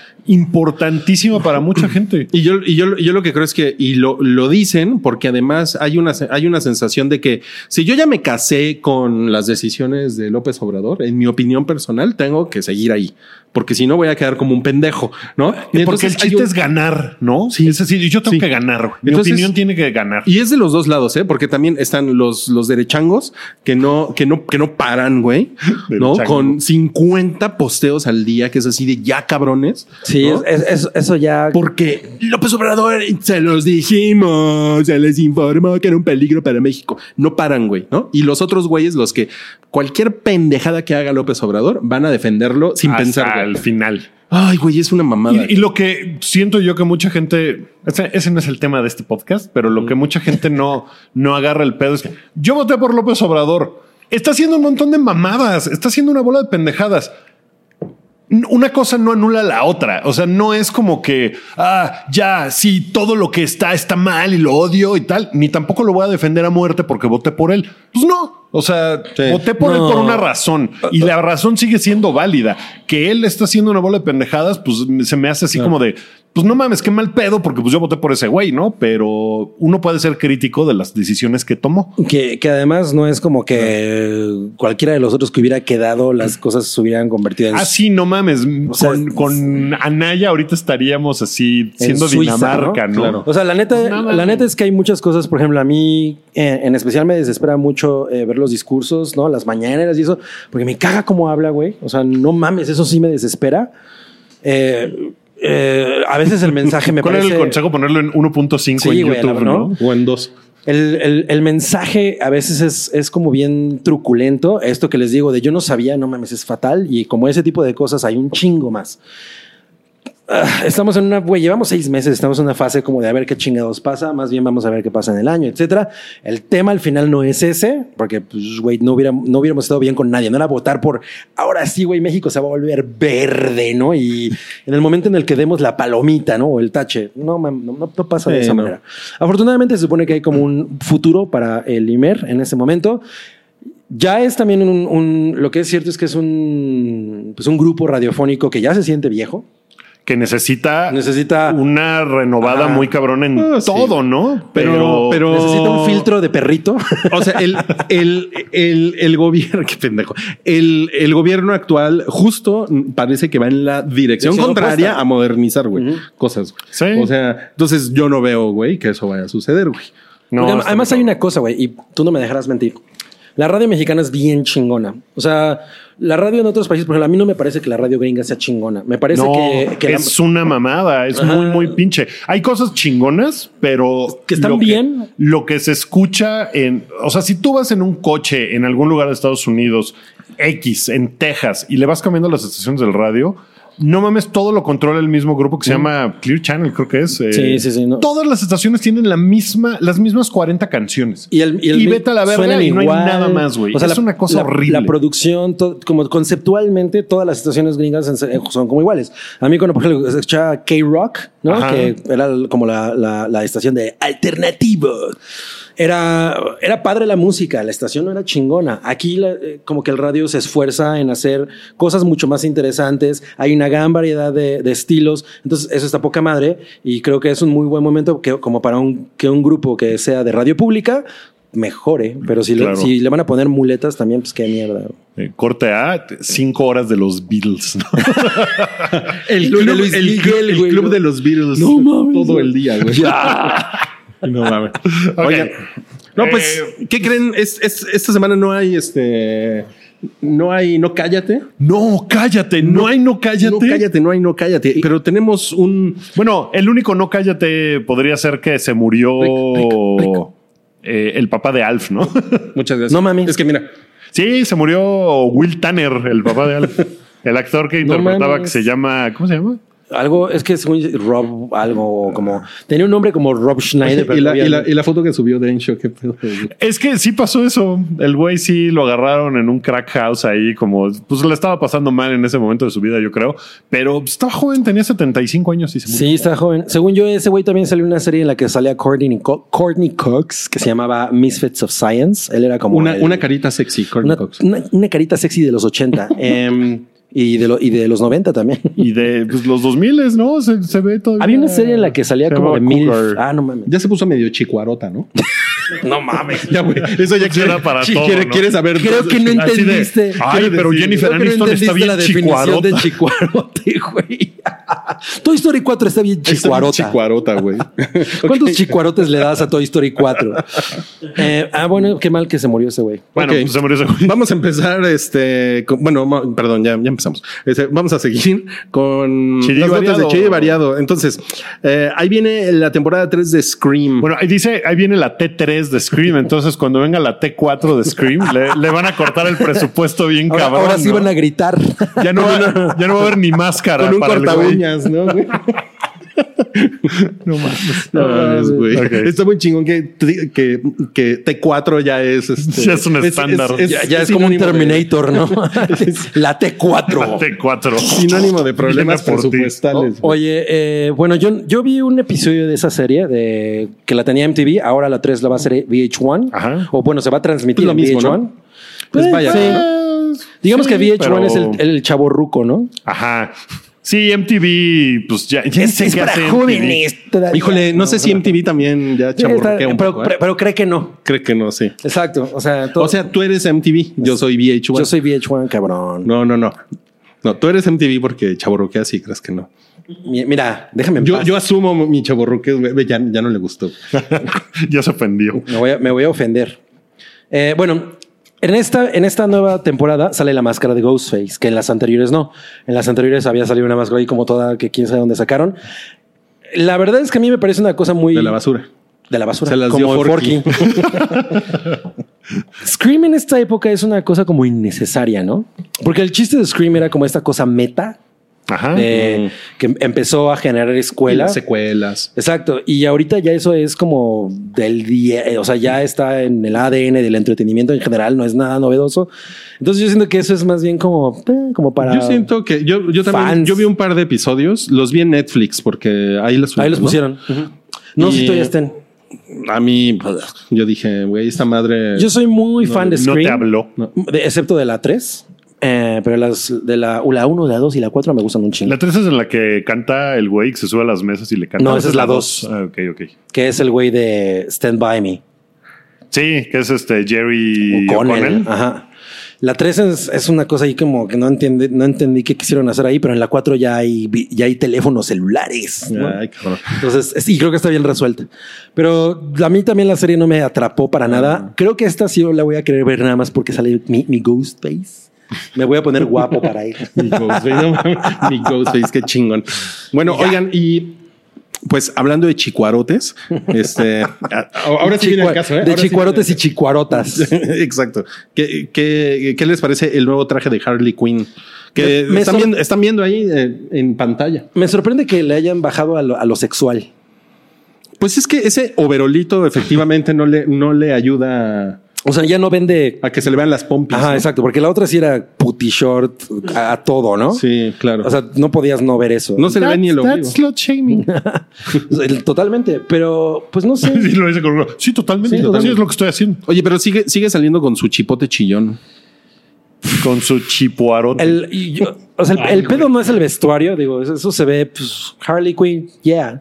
importantísima para mucha gente.
Y yo, y yo, yo lo que creo es que, y lo, lo dicen, porque además hay una, hay una sensación de que si yo ya me casé con las decisiones de López Obrador, en mi opinión personal, tengo que seguir ahí, porque si no voy a quedar como un pendejo, ¿no? Y
Porque
entonces
el
hay
chiste
un-
es ganar, ¿no? Sí. Es decir, yo tengo
Sí.
que ganar. güey. Mi
Entonces-
opinión tiene que ganar.
Y es de los dos lados, ¿eh? Porque también están los, los derechangos que no, que no, que no paran, güey, ¿no?
Derechango.
Con 50 posteos al día, que es así de ya cabrones.
Sí,
¿no?
es- es- es- eso ya.
Porque López Obrador se los dijimos, se les informó que era un peligro para México. No paran, güey, ¿no? Y los otros güeyes, los que cualquier pendejada que haga López Obrador, van a defenderlo sin
Hasta
pensar.
al
güey.
final.
Ay, güey, es una mamada.
Y, y lo que siento yo que mucha gente, ese, ese no es el tema de este podcast, pero lo que mucha gente no, no agarra el pedo es que yo voté por López Obrador. Está haciendo un montón de mamadas, está haciendo una bola de pendejadas. N- Una cosa no anula la otra. O sea, no es como que, ah, ya, sí, todo lo que está está mal y lo odio y tal, ni tampoco lo voy a defender a muerte porque voté por él. Pues no. O sea,
Sí.
voté por
No.
él por una razón y la razón sigue siendo válida. Que él está haciendo una bola de pendejadas, pues se me hace así como de, pues no mames, qué mal pedo, porque pues yo voté por ese güey, ¿no? Pero uno puede ser crítico de las decisiones que tomó.
Que, que además no es como que cualquiera de los otros que hubiera quedado, las cosas se hubieran convertido en.
Así Ah, no mames. Con,
sea,
con Anaya ahorita estaríamos así
en
siendo
Suiza,
Dinamarca, ¿no?
Claro.
O sea, la neta,
Nada.
la neta es que hay muchas cosas. Por ejemplo, a mí eh, en especial me desespera mucho eh, ver los discursos, ¿no? Las mañaneras y eso, porque me caga cómo habla, güey. O sea, no mames, eso sí me desespera. Eh, eh, a veces el mensaje me
¿Cuál
parece...
era el consejo? Ponerlo en 1.5
Sí,
en
güey, la-
YouTube,
¿no?
¿no?
O en dos.
El, el- el mensaje a veces es, es como bien truculento. Esto que les digo de yo no sabía, no mames, es fatal. Y como ese tipo de cosas hay un chingo más. Ah, Estamos en una, güey, llevamos seis meses, estamos en una fase como de a ver qué chingados pasa, más bien vamos a ver qué pasa en el año, etcétera. El tema al final no es ese, porque, pues, güey, no, hubiera- no hubiéramos estado bien con nadie, no era votar por ahora sí, güey, México se va a volver verde, ¿no? Y en el momento en el que demos la palomita, ¿no? O el tache, no, mam, no, no- no pasa de
Sí,
esa
no.
manera. Afortunadamente se supone que hay como un futuro para el IMER en ese momento. Ya es también un, un- lo que es cierto es que es un, pues un grupo radiofónico que ya se siente viejo.
Que necesita,
Necesita
una renovada
Ajá.
muy cabrón en
Ah, sí.
todo, ¿no?
Pero, pero.
Necesita un filtro de perrito.
O sea, el, el, el, el gobierno, qué pendejo. El, el gobierno actual justo parece que va en la dirección
Dirección
contraria
opuesta.
a modernizar, güey,
Ujú.
cosas. güey.
Sí.
O sea, entonces yo no veo, güey, que eso vaya a suceder, güey.
No,
Porque
está
además
muy
hay una cosa, güey, y tú no me dejarás mentir. La radio mexicana es bien chingona. O sea, la radio en otros países, por ejemplo, a mí no me parece que la radio gringa sea chingona. Me parece
no,
que, que la-
es una mamada, es muy, muy pinche. Hay cosas chingonas, pero...
Que están
lo
bien.
Lo que se escucha en... O sea, si tú vas en un coche en algún lugar de Estados Unidos, X, en Texas, y le vas cambiando las estaciones del radio... No mames, todo lo controla el mismo grupo que se llama Clear Channel, creo que es. eh,
Mm. Sí, sí, sí, no.
Todas las estaciones tienen la misma, las mismas 40 canciones.
Y, el, y, el
vete a la verga
suenan
y no hay
igual.
nada más, güey.
O sea,
es
la-
una cosa
la-
horrible.
La producción, to- como conceptualmente, todas las estaciones gringas en- eh, son como iguales. A mí, cuando por ejemplo se escuchaba K-Rock, ¿no?
Ajá.
que era el- como la, la- la estación de alternativo. Era, era padre la música, la estación no era chingona. Aquí la- eh, como que el radio se esfuerza en hacer cosas mucho más interesantes, hay una gran variedad de, de estilos, entonces eso está poca madre y creo que es un muy buen momento que, como para un, que un grupo que sea de radio pública mejore, pero si, le-
Claro.
si le van a poner muletas también, pues qué mierda.
Eh, corte A, cinco horas de los Beatles. ¿no?
El
Lo de
club,
Luis
el
Miguel,
club- el
güey,
club
¿no?
de los Beatles.
No mames,
Todo
güey.
el día, güey. No mames. Oigan, No, pues, ¿qué creen? Es- es- esta semana no hay este. No hay, no cállate.
No, cállate, no, hay no cállate.
No cállate, no hay, no cállate. Pero tenemos un.
Bueno, el único no cállate podría ser que se murió eh, el papá de Alf, ¿no?
Muchas gracias.
No mames.
Es que mira,
sí, se murió Will Tanner, el papá de Alf. El actor que
No
interpretaba
mames.
que se llama. ¿Cómo se llama?
Algo, es que según Rob, algo como, tenía un nombre como Rob Schneider, pero
y, la,
todavía
y la-
no.
y la foto que subió de Enshow, qué pedo. güey.
Es que sí pasó eso. El güey sí lo agarraron en un crack house ahí, como pues le estaba pasando mal en ese momento de su vida, yo creo. Pero pues, estaba joven, tenía 75 años y se murió.
Sí, está joven. Según yo, ese güey también salió en una serie en la que salía Courtney, Co- Courtney Cox, que se llamaba Misfits of Science. Él era como
Una,
el-
una carita sexy, Courtney
una,
Cox.
una- una carita sexy de los 80 em, y, de lo- y de los 90 también.
Y de pues, los 2000, ¿no? Se, se ve todavía.
Había una serie en la que salía
Se
como de
llamaba
mil.
Cougar.
Ah, no mames.
Ya se puso medio chicuarota, ¿no?
No mames.
ya, güey. Eso ya
Pues era
quiere,
para
sí,
todo,
quiere,
¿no?
quiere saber.
Creo que no
Así de,
entendiste.
Ay,
Quiero
pero
decir,
Jennifer
Creo que no
Aniston está
entendiste
bien
la definición
chicuarota.
de chicuarote, güey. Toy Story 4 está bien chicuarota.
Chicuarota. Chicuarota, güey.
¿Cuántos chicuarotes le das a Toy Story 4? Eh, ah, bueno, qué mal que se murió ese güey.
Bueno,
Ok.
pues se murió ese güey.
Vamos a empezar, este, con- bueno, ma- perdón, ya, ya empezamos. Este, vamos a seguir con
Chiri
las notas de
variado.
Chiri variado. Entonces, eh, ahí viene la temporada 3 de Scream.
Bueno, ahí dice, ahí viene la T3 de Scream, entonces cuando venga la T4 de Scream, le, le van a cortar el presupuesto bien
Ahora,
cabrón.
ahora sí
¿no?
van a gritar.
Ya no, va, ya no va a haber ni máscara.
con un
para el güey.
cortabuñas, ¿no? güey?
No mames.
No mames, güey.
Ok.
Está muy chingón que, tri- que, que T4 ya es este,
Ya es un estándar.
Ya, ya es como un
sinónimo de-
Terminator, ¿no? La
La
T4.
T4.
sinónimo de problemas
Viene por ti.
presupuestales. güey.
Oye, eh, bueno, yo, yo vi un episodio de esa serie de que la tenía MTV, ahora la 3 la va a hacer VH1.
Ajá.
O bueno, se va a transmitir
Es lo
en
mismo,
VH1.
¿no? Pues
Eh,
vaya.
sí.
Pues,
Digamos
sí,
que VH1
pero-
es el, el chavo ruco, ¿no?
Ajá. Sí, MTV, pues ya, ya sé qué hace MTV.
todavía.
Híjole, no, sé si MTV también ya
Sí, está-
chaborroquea un
pero,
poco. ¿eh?
pero- pero cree que no.
Cree que no, sí.
Exacto. O sea, todo-
O sea, tú eres MTV, yo soy VH1.
Pues yo soy VH1, cabrón.
No, no, no. No, tú eres MTV porque chaborroqueas y crees que no.
Mi- Mira, déjame en
Yo,
paz.
yo asumo mi chaborroqueo, güey, ya, ya no le gustó.
ya se ofendió.
Me voy a, me voy a ofender. Eh, bueno, En esta, en esta nueva temporada sale la máscara de Ghostface, que en las anteriores no. En las anteriores había salido una máscara ahí como toda que quién sabe dónde sacaron. La verdad es que a mí me parece una cosa muy...
de la basura.
de la basura.
Se las
como
dio Forky.
Scream en esta época es una cosa como innecesaria, ¿no? Porque el chiste de Scream era como esta cosa meta
Ajá.
de- que empezó a generar escuela.
Las secuelas.
Exacto, y ahorita ya eso es como del día, eh, o sea, ya está en el ADN del entretenimiento en general, no es nada novedoso. Entonces yo siento que eso es más bien como, eh, como para...
Yo siento que yo, yo también
Fans.
yo vi un par de episodios, los vi en Netflix porque ahí los,
Ahí los
¿no?
pusieron. Ujú. No sé si
Y-
todavía estén.
A mí yo dije, güey, esta madre
Yo soy muy fan de
no
Scream.
te habló.
de- excepto de la 3. eh, pero las de la, la 1, la 2 y la 4 me gustan un chingo.
La 3 es en la que canta el güey que se sube a las mesas y le canta.
No, esa es la
dos.
dos.
Ah, ok, ok.
que es el güey de Stand By Me.
Sí, que es este Jerry
o Connell.
O'Connell.
Ajá. La 3 es, es una cosa ahí como que no entendí, no entendí qué quisieron hacer ahí, pero en la 4 ya hay, vi- ya hay teléfonos celulares. ¿no?
Ay, cabrón.
Entonces, es- y creo que está bien resuelta. Pero a mí también la serie no me atrapó para nada. Creo que esta sí la voy a querer ver nada más porque sale mi, mi ghost face. Me voy a poner guapo para ir.
Mi Ghostface, no mames. Mi Ghostface, qué chingón. Bueno, oigan, y pues hablando de chicuarotes, este, a- ahora sí viene el
Chicua-
caso, ¿eh?
De
Ahora sí
chicuarotes
viene
y chicuarotas.
el caso. Exacto. ¿Qué, qué, qué les parece el nuevo traje de Harley Quinn? Que
Me- me
están,
sor-
viendo, están viendo ahí eh, en pantalla.
Me sorprende que le hayan bajado a lo, a lo sexual.
Pues es que ese overolito efectivamente no le, no le ayuda
O sea, ya no vende.
a que se le vean las pompis.
Ajá,
¿no?
exacto. Porque la otra sí era puti short a, a todo, ¿no?
Sí, claro.
O sea, no podías no ver eso.
no se le ve ni el ombligo.
Totalmente. Pero, pues no sé.
Y lo dice con uno. Sí, totalmente.
Sí,
Sí,
totalmente.
es lo que estoy haciendo.
Oye, pero sigue, sigue saliendo con su chipote chillón.
Con su chipuarote.
El, y yo- o sea, el, el pedo no es el vestuario, digo, eso, eso se ve, pues, Harley Quinn, yeah.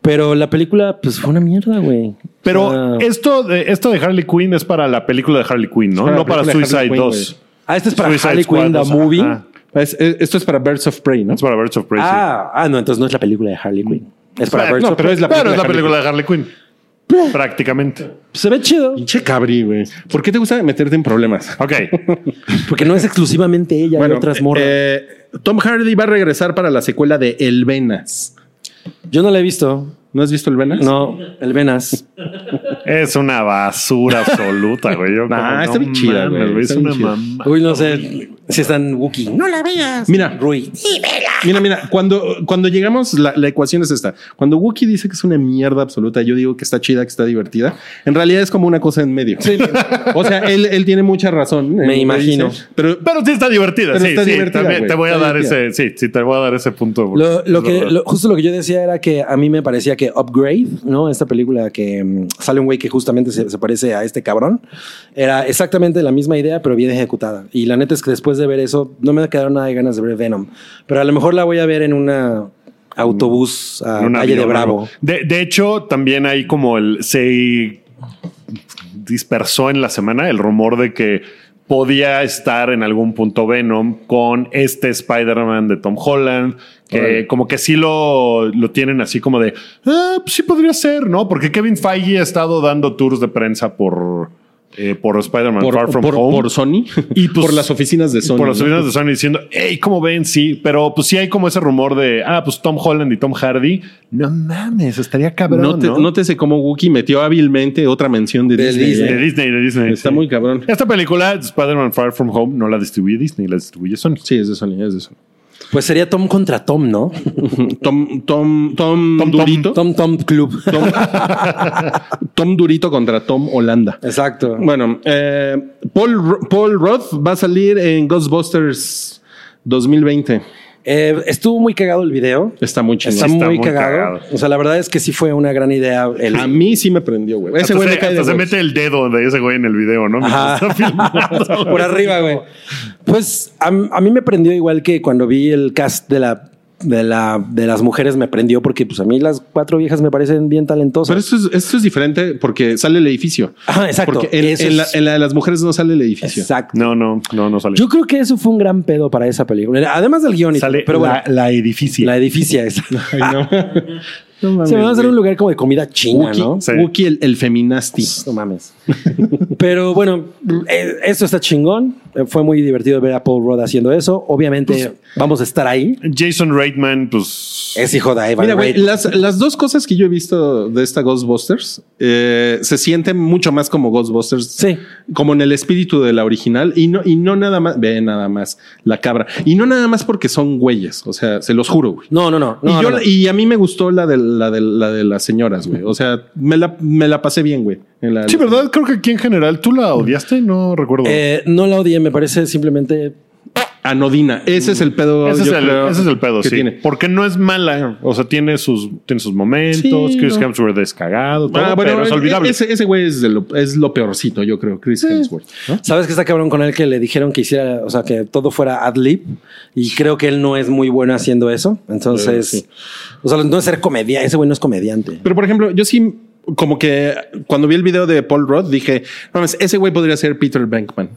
Pero la película, pues, fue una mierda, güey.
Pero
Ah.
esto, de, esto de Harley Quinn es para la película de Harley Quinn, ¿no?
para la
no para
película de
Suicide
Harley Quinn,
2.
Ah, este es para
Suicide
Harley
Squad
Quinn, the
2,
movie.
ajá.
Ah, Es- es- esto es para Birds of Prey, ¿no?
Es para Birds of Prey. sí.
Ah, ah, no, entonces no es la película de Harley Quinn. Es para
Ah,
Birds
no,
of
pero
Prey.
es la película, de, Harley Quinn. Prácticamente.
Se ve chido,
Pinche cabri, güey. ¿Por qué te gusta meterte en problemas?
Ok.
porque no es exclusivamente ella, hay otras morras.
eh, Tom Hardy va a regresar para la secuela de El Venas.
Yo no la he visto.
¿No has visto El Venas?
No, el Venas.
es una basura absoluta, güey. Yo
Nah,
como,
está bien chida,
mames,
güey, está
Es
bien
una
chida.
mamá.
Uy, no sé si están Wookiee. No la
Mira,
Rui.
mira, mira. Cuando, cuando llegamos, la, la ecuación es esta. Cuando Wookiee dice que es una mierda absoluta, yo digo que está chida, que está divertida. En realidad es como una cosa en medio. o sea, él, él tiene mucha razón. en lo que
imagino.
dice, pero
Pero sí está divertida.
Pero
sí,
está
sí,
divertida,
también
güey,
te voy a
está
dar
divertida.
ese. Sí, sí, te voy a dar ese punto.
Lo, lo que,
Lo-
lo- justo lo que yo decía era que a mí me parecía que Upgrade, ¿no? Esta película que mm, sale un güey que justamente se, se parece a este cabrón, era exactamente la misma idea, pero bien ejecutada. Y la neta es que después de ver eso, no me quedaron nada de ganas de ver Venom. Pero a lo mejor la voy a ver en una autobús a
en un
Valle de
avión,
Bravo.
algo. De, de hecho, también hay como el. Se dispersó en la semana el rumor de que podía estar en algún punto Venom con este Spider-Man de Tom Holland, que
Órale.
como que sí lo, lo tienen así como de, ah, pues sí podría ser, ¿no? Porque Kevin Feige ha estado dando tours de prensa por, eh, por Spider-Man
por,
Far From
por-
Home.
por Sony
Y, pues,
por las oficinas de Sony.
por los
¿no?
oficinas de Sony diciendo, hey, ¿cómo ven? Sí, pero pues sí hay como ese rumor de, ah, pues Tom Holland y Tom Hardy. No mames, estaría cabrón. No
No te- Nótese cómo Wookiee metió hábilmente otra mención de,
De
Disney.
Disney.
¿eh?
De Disney, de Disney.
Está
sí.
muy cabrón.
Esta película, Spider-Man Far From Home, no la distribuye Disney, la distribuye Sony.
Sí, es de Sony, es de Sony.
Pues sería Tom contra Tom, ¿no?
Tom, Tom, Tom,
Tom,
Durito. Tom,
Tom Tom Club.
Tom Durito contra Tom Holanda.
Exacto.
Bueno, eh, Paul, Ro- Paul Roth va a salir en Ghostbusters 2020.
Eh, estuvo muy cagado el video.
Está muy chido.
Está,
Está
muy,
muy
cagado.
cagado.
O sea, la verdad es que sí fue una gran idea. El,
A mí sí me prendió, güey. Ese
Hasta
güey
se,
me cae de
hasta se
huevos.
mete el dedo de ese güey en el video, ¿no?
Ajá.
Mientras está filmando.
Por arriba, güey. Pues a, m- a mí me prendió igual que cuando vi el cast de la de la de las mujeres me prendió porque pues a mí las cuatro viejas me parecen bien talentosas.
Pero esto es, esto es diferente porque sale el edificio.
Ajá, exacto.
Porque en,
Eso
en la,
es-
en la de las mujeres no sale el edificio.
Exacto.
No, no, no, no sale.
Yo creo que eso fue un gran pedo para esa película. Además del guión y
sale
pero bueno,
la, la edificia.
la edificia es.
Ay, no. No mames,
Se me va a hacer
güey.
un lugar como de comida china,
Wookie,
¿no? Pues,
Sí.
Wookie el, el feminasti.
No mames. Pero bueno, eh, esto está chingón. Eh, Fue muy divertido ver a Paul Rudd haciendo eso. Obviamente
Pues,
vamos a estar ahí.
Jason Reitman, pues.
Es hijo de Ivan
Mira, güey,
Reitman.
las, las dos cosas que yo he visto de esta Ghostbusters eh, se sienten mucho más como Ghostbusters.
Sí.
Como en el espíritu de la original. Y no, y no nada más. Ve nada más la cabra. Y no nada más porque son güeyes. O sea, se los juro, güey.
No, no, no. no,
y, yo-
no, no.
y a mí me gustó la de, la de, la de las señoras, güey. O sea, me la, me la pasé bien, güey. en la-
Sí, ¿verdad? Creo que aquí en general tú la odiaste, no recuerdo.
Eh, no la odié, me parece simplemente.
Anodina. Ese es el pedo.
ese, es
yo
el,
creo,
ese es el pedo,
que
sí.
tiene.
Porque no es mala. O sea, tiene sus, tiene sus momentos.
Sí,
Chris
no.
Hemsworth descagado, todo,
Ah, bueno,
pero es
e-
olvidable.
Ese, ese güey es, de lo, es lo peorcito, yo creo, Chris Hemsworth. ¿no?
¿Sabes que está cabrón con él que le dijeron que hiciera, o sea, que todo fuera ad lib? Y creo que él no es muy bueno haciendo eso. Entonces,
Eh, Sí, sí.
o sea, no es ser comediante. Ese güey no es comediante.
Pero por ejemplo, yo sí, como que cuando vi el video de Paul Rudd, dije, no mames, ese güey podría ser Peter Bankman.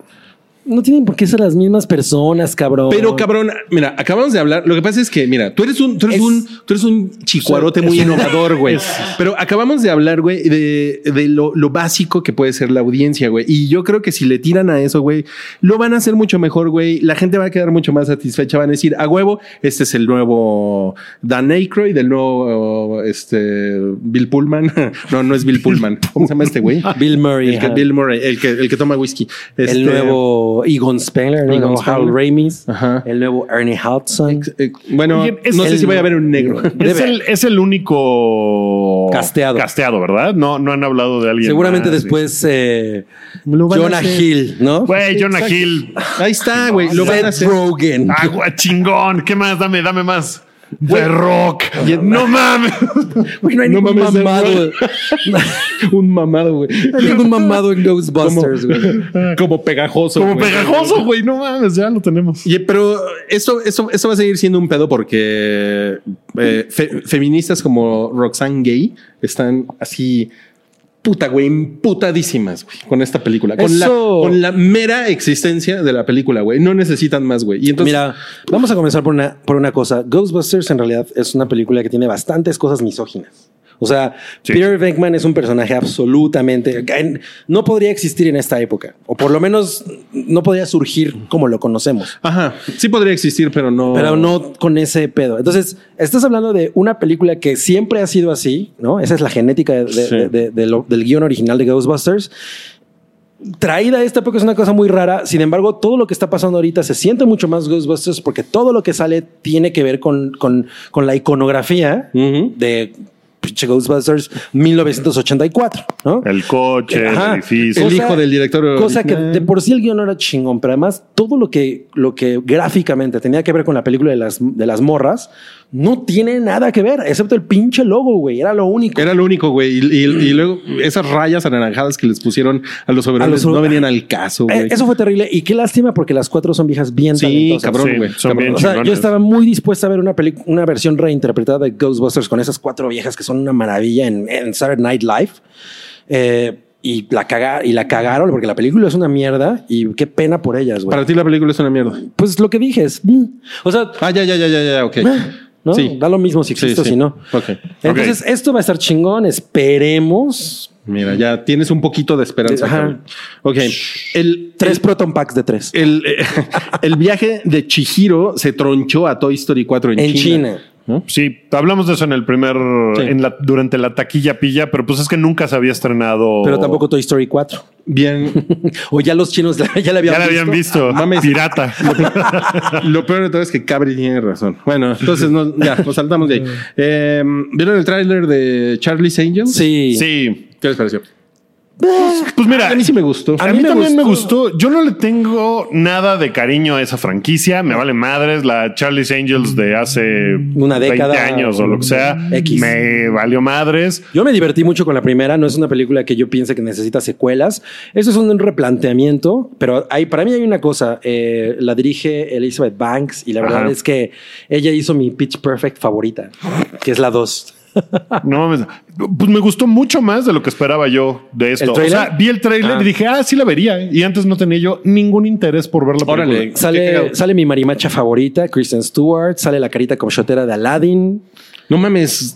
No tienen por qué ser las mismas personas, cabrón.
Pero cabrón, mira, acabamos de hablar. Lo que pasa es que, mira, tú eres un, tú eres
Es-
un, tú eres un chicuarote muy innovador, güey. Pero acabamos de hablar, güey, de, de lo, lo básico que puede ser la audiencia, güey. Y yo creo que si le tiran a eso, güey, lo van a hacer mucho mejor, güey. La gente va a quedar mucho más satisfecha. Van a decir, a huevo, este es el nuevo Dan Aykroyd, el nuevo, este, Bill Pullman. No, no es Bill Pullman. ¿Cómo se llama este güey?
Bill Murray.
El que,
ajá.
Bill Murray, el que, el que toma whisky. Este,
el nuevo Egon Spengler, el
Egon
nuevo
Spengler.
Harold Ramis,
Ajá.
el nuevo Ernie Hudson.
eh, bueno,
Oye, es
no sé
el-
si voy a ver un negro.
Es
Debe-
el, es el único
Casteado.
casteado, ¿verdad? No, no han hablado de alguien.
Seguramente
más, sí.
después eh,
Lo van a
Jonah
hacer.
Hill, ¿no?
Güey,
Sí,
Jonah
exacto.
Hill.
Ahí está, güey. Lo van a hacer.
Seth
Ah,
Rogen.
Agua, chingón. ¿Qué más? Dame, dame más. The Rock. No mames.
Güey, no hay
No
ningún
mames, Seth
mamado.
Rogen. un mamado, güey.
No hay ningún mamado en Ghostbusters, güey.
Como pegajoso.
Como
güey.
pegajoso, güey. No mames, ya lo tenemos.
Oye, pero esto, esto, esto va a seguir siendo un pedo porque eh, fe- feministas como Roxanne Gay están así, puta, güey, imputadísimas, güey, con esta película. Con, la,
Eso-
con la mera existencia de la película, güey. No necesitan más, güey. Y entonces,
Mira, vamos a comenzar por una, por una cosa. Ghostbusters en realidad es una película que tiene bastantes cosas misóginas. O sea,
Sí.
Peter Venkman es un personaje absolutamente... en- no podría existir en esta época. O por lo menos no podría surgir como lo conocemos.
Ajá, sí podría existir, pero no.
pero no con ese pedo. Entonces, estás hablando de una película que siempre ha sido así, ¿no? Esa es la genética de- de-
Sí.
de- de- de lo- del guión original de Ghostbusters. Traída a esta época es una cosa muy rara. Sin embargo, todo lo que está pasando ahorita se siente mucho más Ghostbusters porque todo lo que sale tiene que ver con, con, con la iconografía
Ujú.
de pinche Ghostbusters 1984, ¿no?
El coche,
Ajá.
el edificio.
El hijo del director
Cosa que
original.
de por sí el guión no era chingón, pero además todo lo que, lo que gráficamente tenía que ver con la película de las, de las morras no tiene nada que ver, excepto el pinche logo, güey. Era lo único.
Era lo único, güey. Y, y- y luego esas rayas anaranjadas que les pusieron a los
A
soberanos
los-
no venían al caso,
Eh,
güey.
eso fue terrible y qué lástima porque las cuatro son viejas bien
sí,
talentosas.
cabrón,
Sí,
güey.
son
cabrón.
bien
O sea,
chingones.
yo estaba muy dispuesta a ver una, peli- una versión reinterpretada de Ghostbusters con esas cuatro viejas que son una maravilla en, en Saturday Night Live. Eh, y, la caga- y la cagaron porque la película es una mierda y qué pena por ellas, güey.
Para ti la película es una mierda.
Pues lo que dije es... mm. O sea,
Ah, ya, ya, ya, ya, ya, ok.
Ah, ¿no?
Sí.
Da lo mismo si
Sí,
existe o
sí.
si no.
Ok.
Entonces, esto va a estar chingón. Esperemos.
Mira, ya tienes un poquito de esperanza.
Ajá.
cabrón. Ok. El,
Tres proton packs de tres.
el, eh, el viaje de Chihiro se tronchó a Toy Story 4 en,
En China.
¿no?
Sí, hablamos de eso en el primer,
Sí.
en la, durante la taquilla pilla, pero pues es que nunca se había estrenado.
Pero tampoco Toy Story 4.
Bien.
O ya los chinos la- ya la habían
Ya la habían visto.
Mames.
Pirata.
Lo peor de todo es que Cabri tiene razón. Bueno, entonces no, ya, nos saltamos de ahí. Eh, ¿Vieron el tráiler de Charlie's Angels?
Sí.
Sí.
¿Qué les pareció?
Pues mira,
Ah, A mí sí me gustó.
A mí, también me gustó. Yo no le tengo nada de cariño a esa franquicia. Me vale madres. La Charlie's Angels de hace
Una década.
20 años o lo que sea.
X.
Me valió madres.
Yo me divertí mucho con la primera. No es una película que yo piense que necesita secuelas. Eso es un replanteamiento. Pero hay, para mí hay una cosa. eh, la dirige Elizabeth Banks y la verdad
Ajá.
es que ella hizo mi Pitch Perfect favorita, que es la 2.
No mames. Pues me gustó mucho más de lo que esperaba yo de esto.
¿El
O
tráiler?
sea, vi el trailer
Ah.
y dije, ah, sí la vería. Y antes no tenía yo ningún interés por ver la película.
Órale. Qué
Sale,
cagado.
sale mi marimacha favorita, Kristen Stewart. Sale la carita como shotera de Aladdin.
No mames,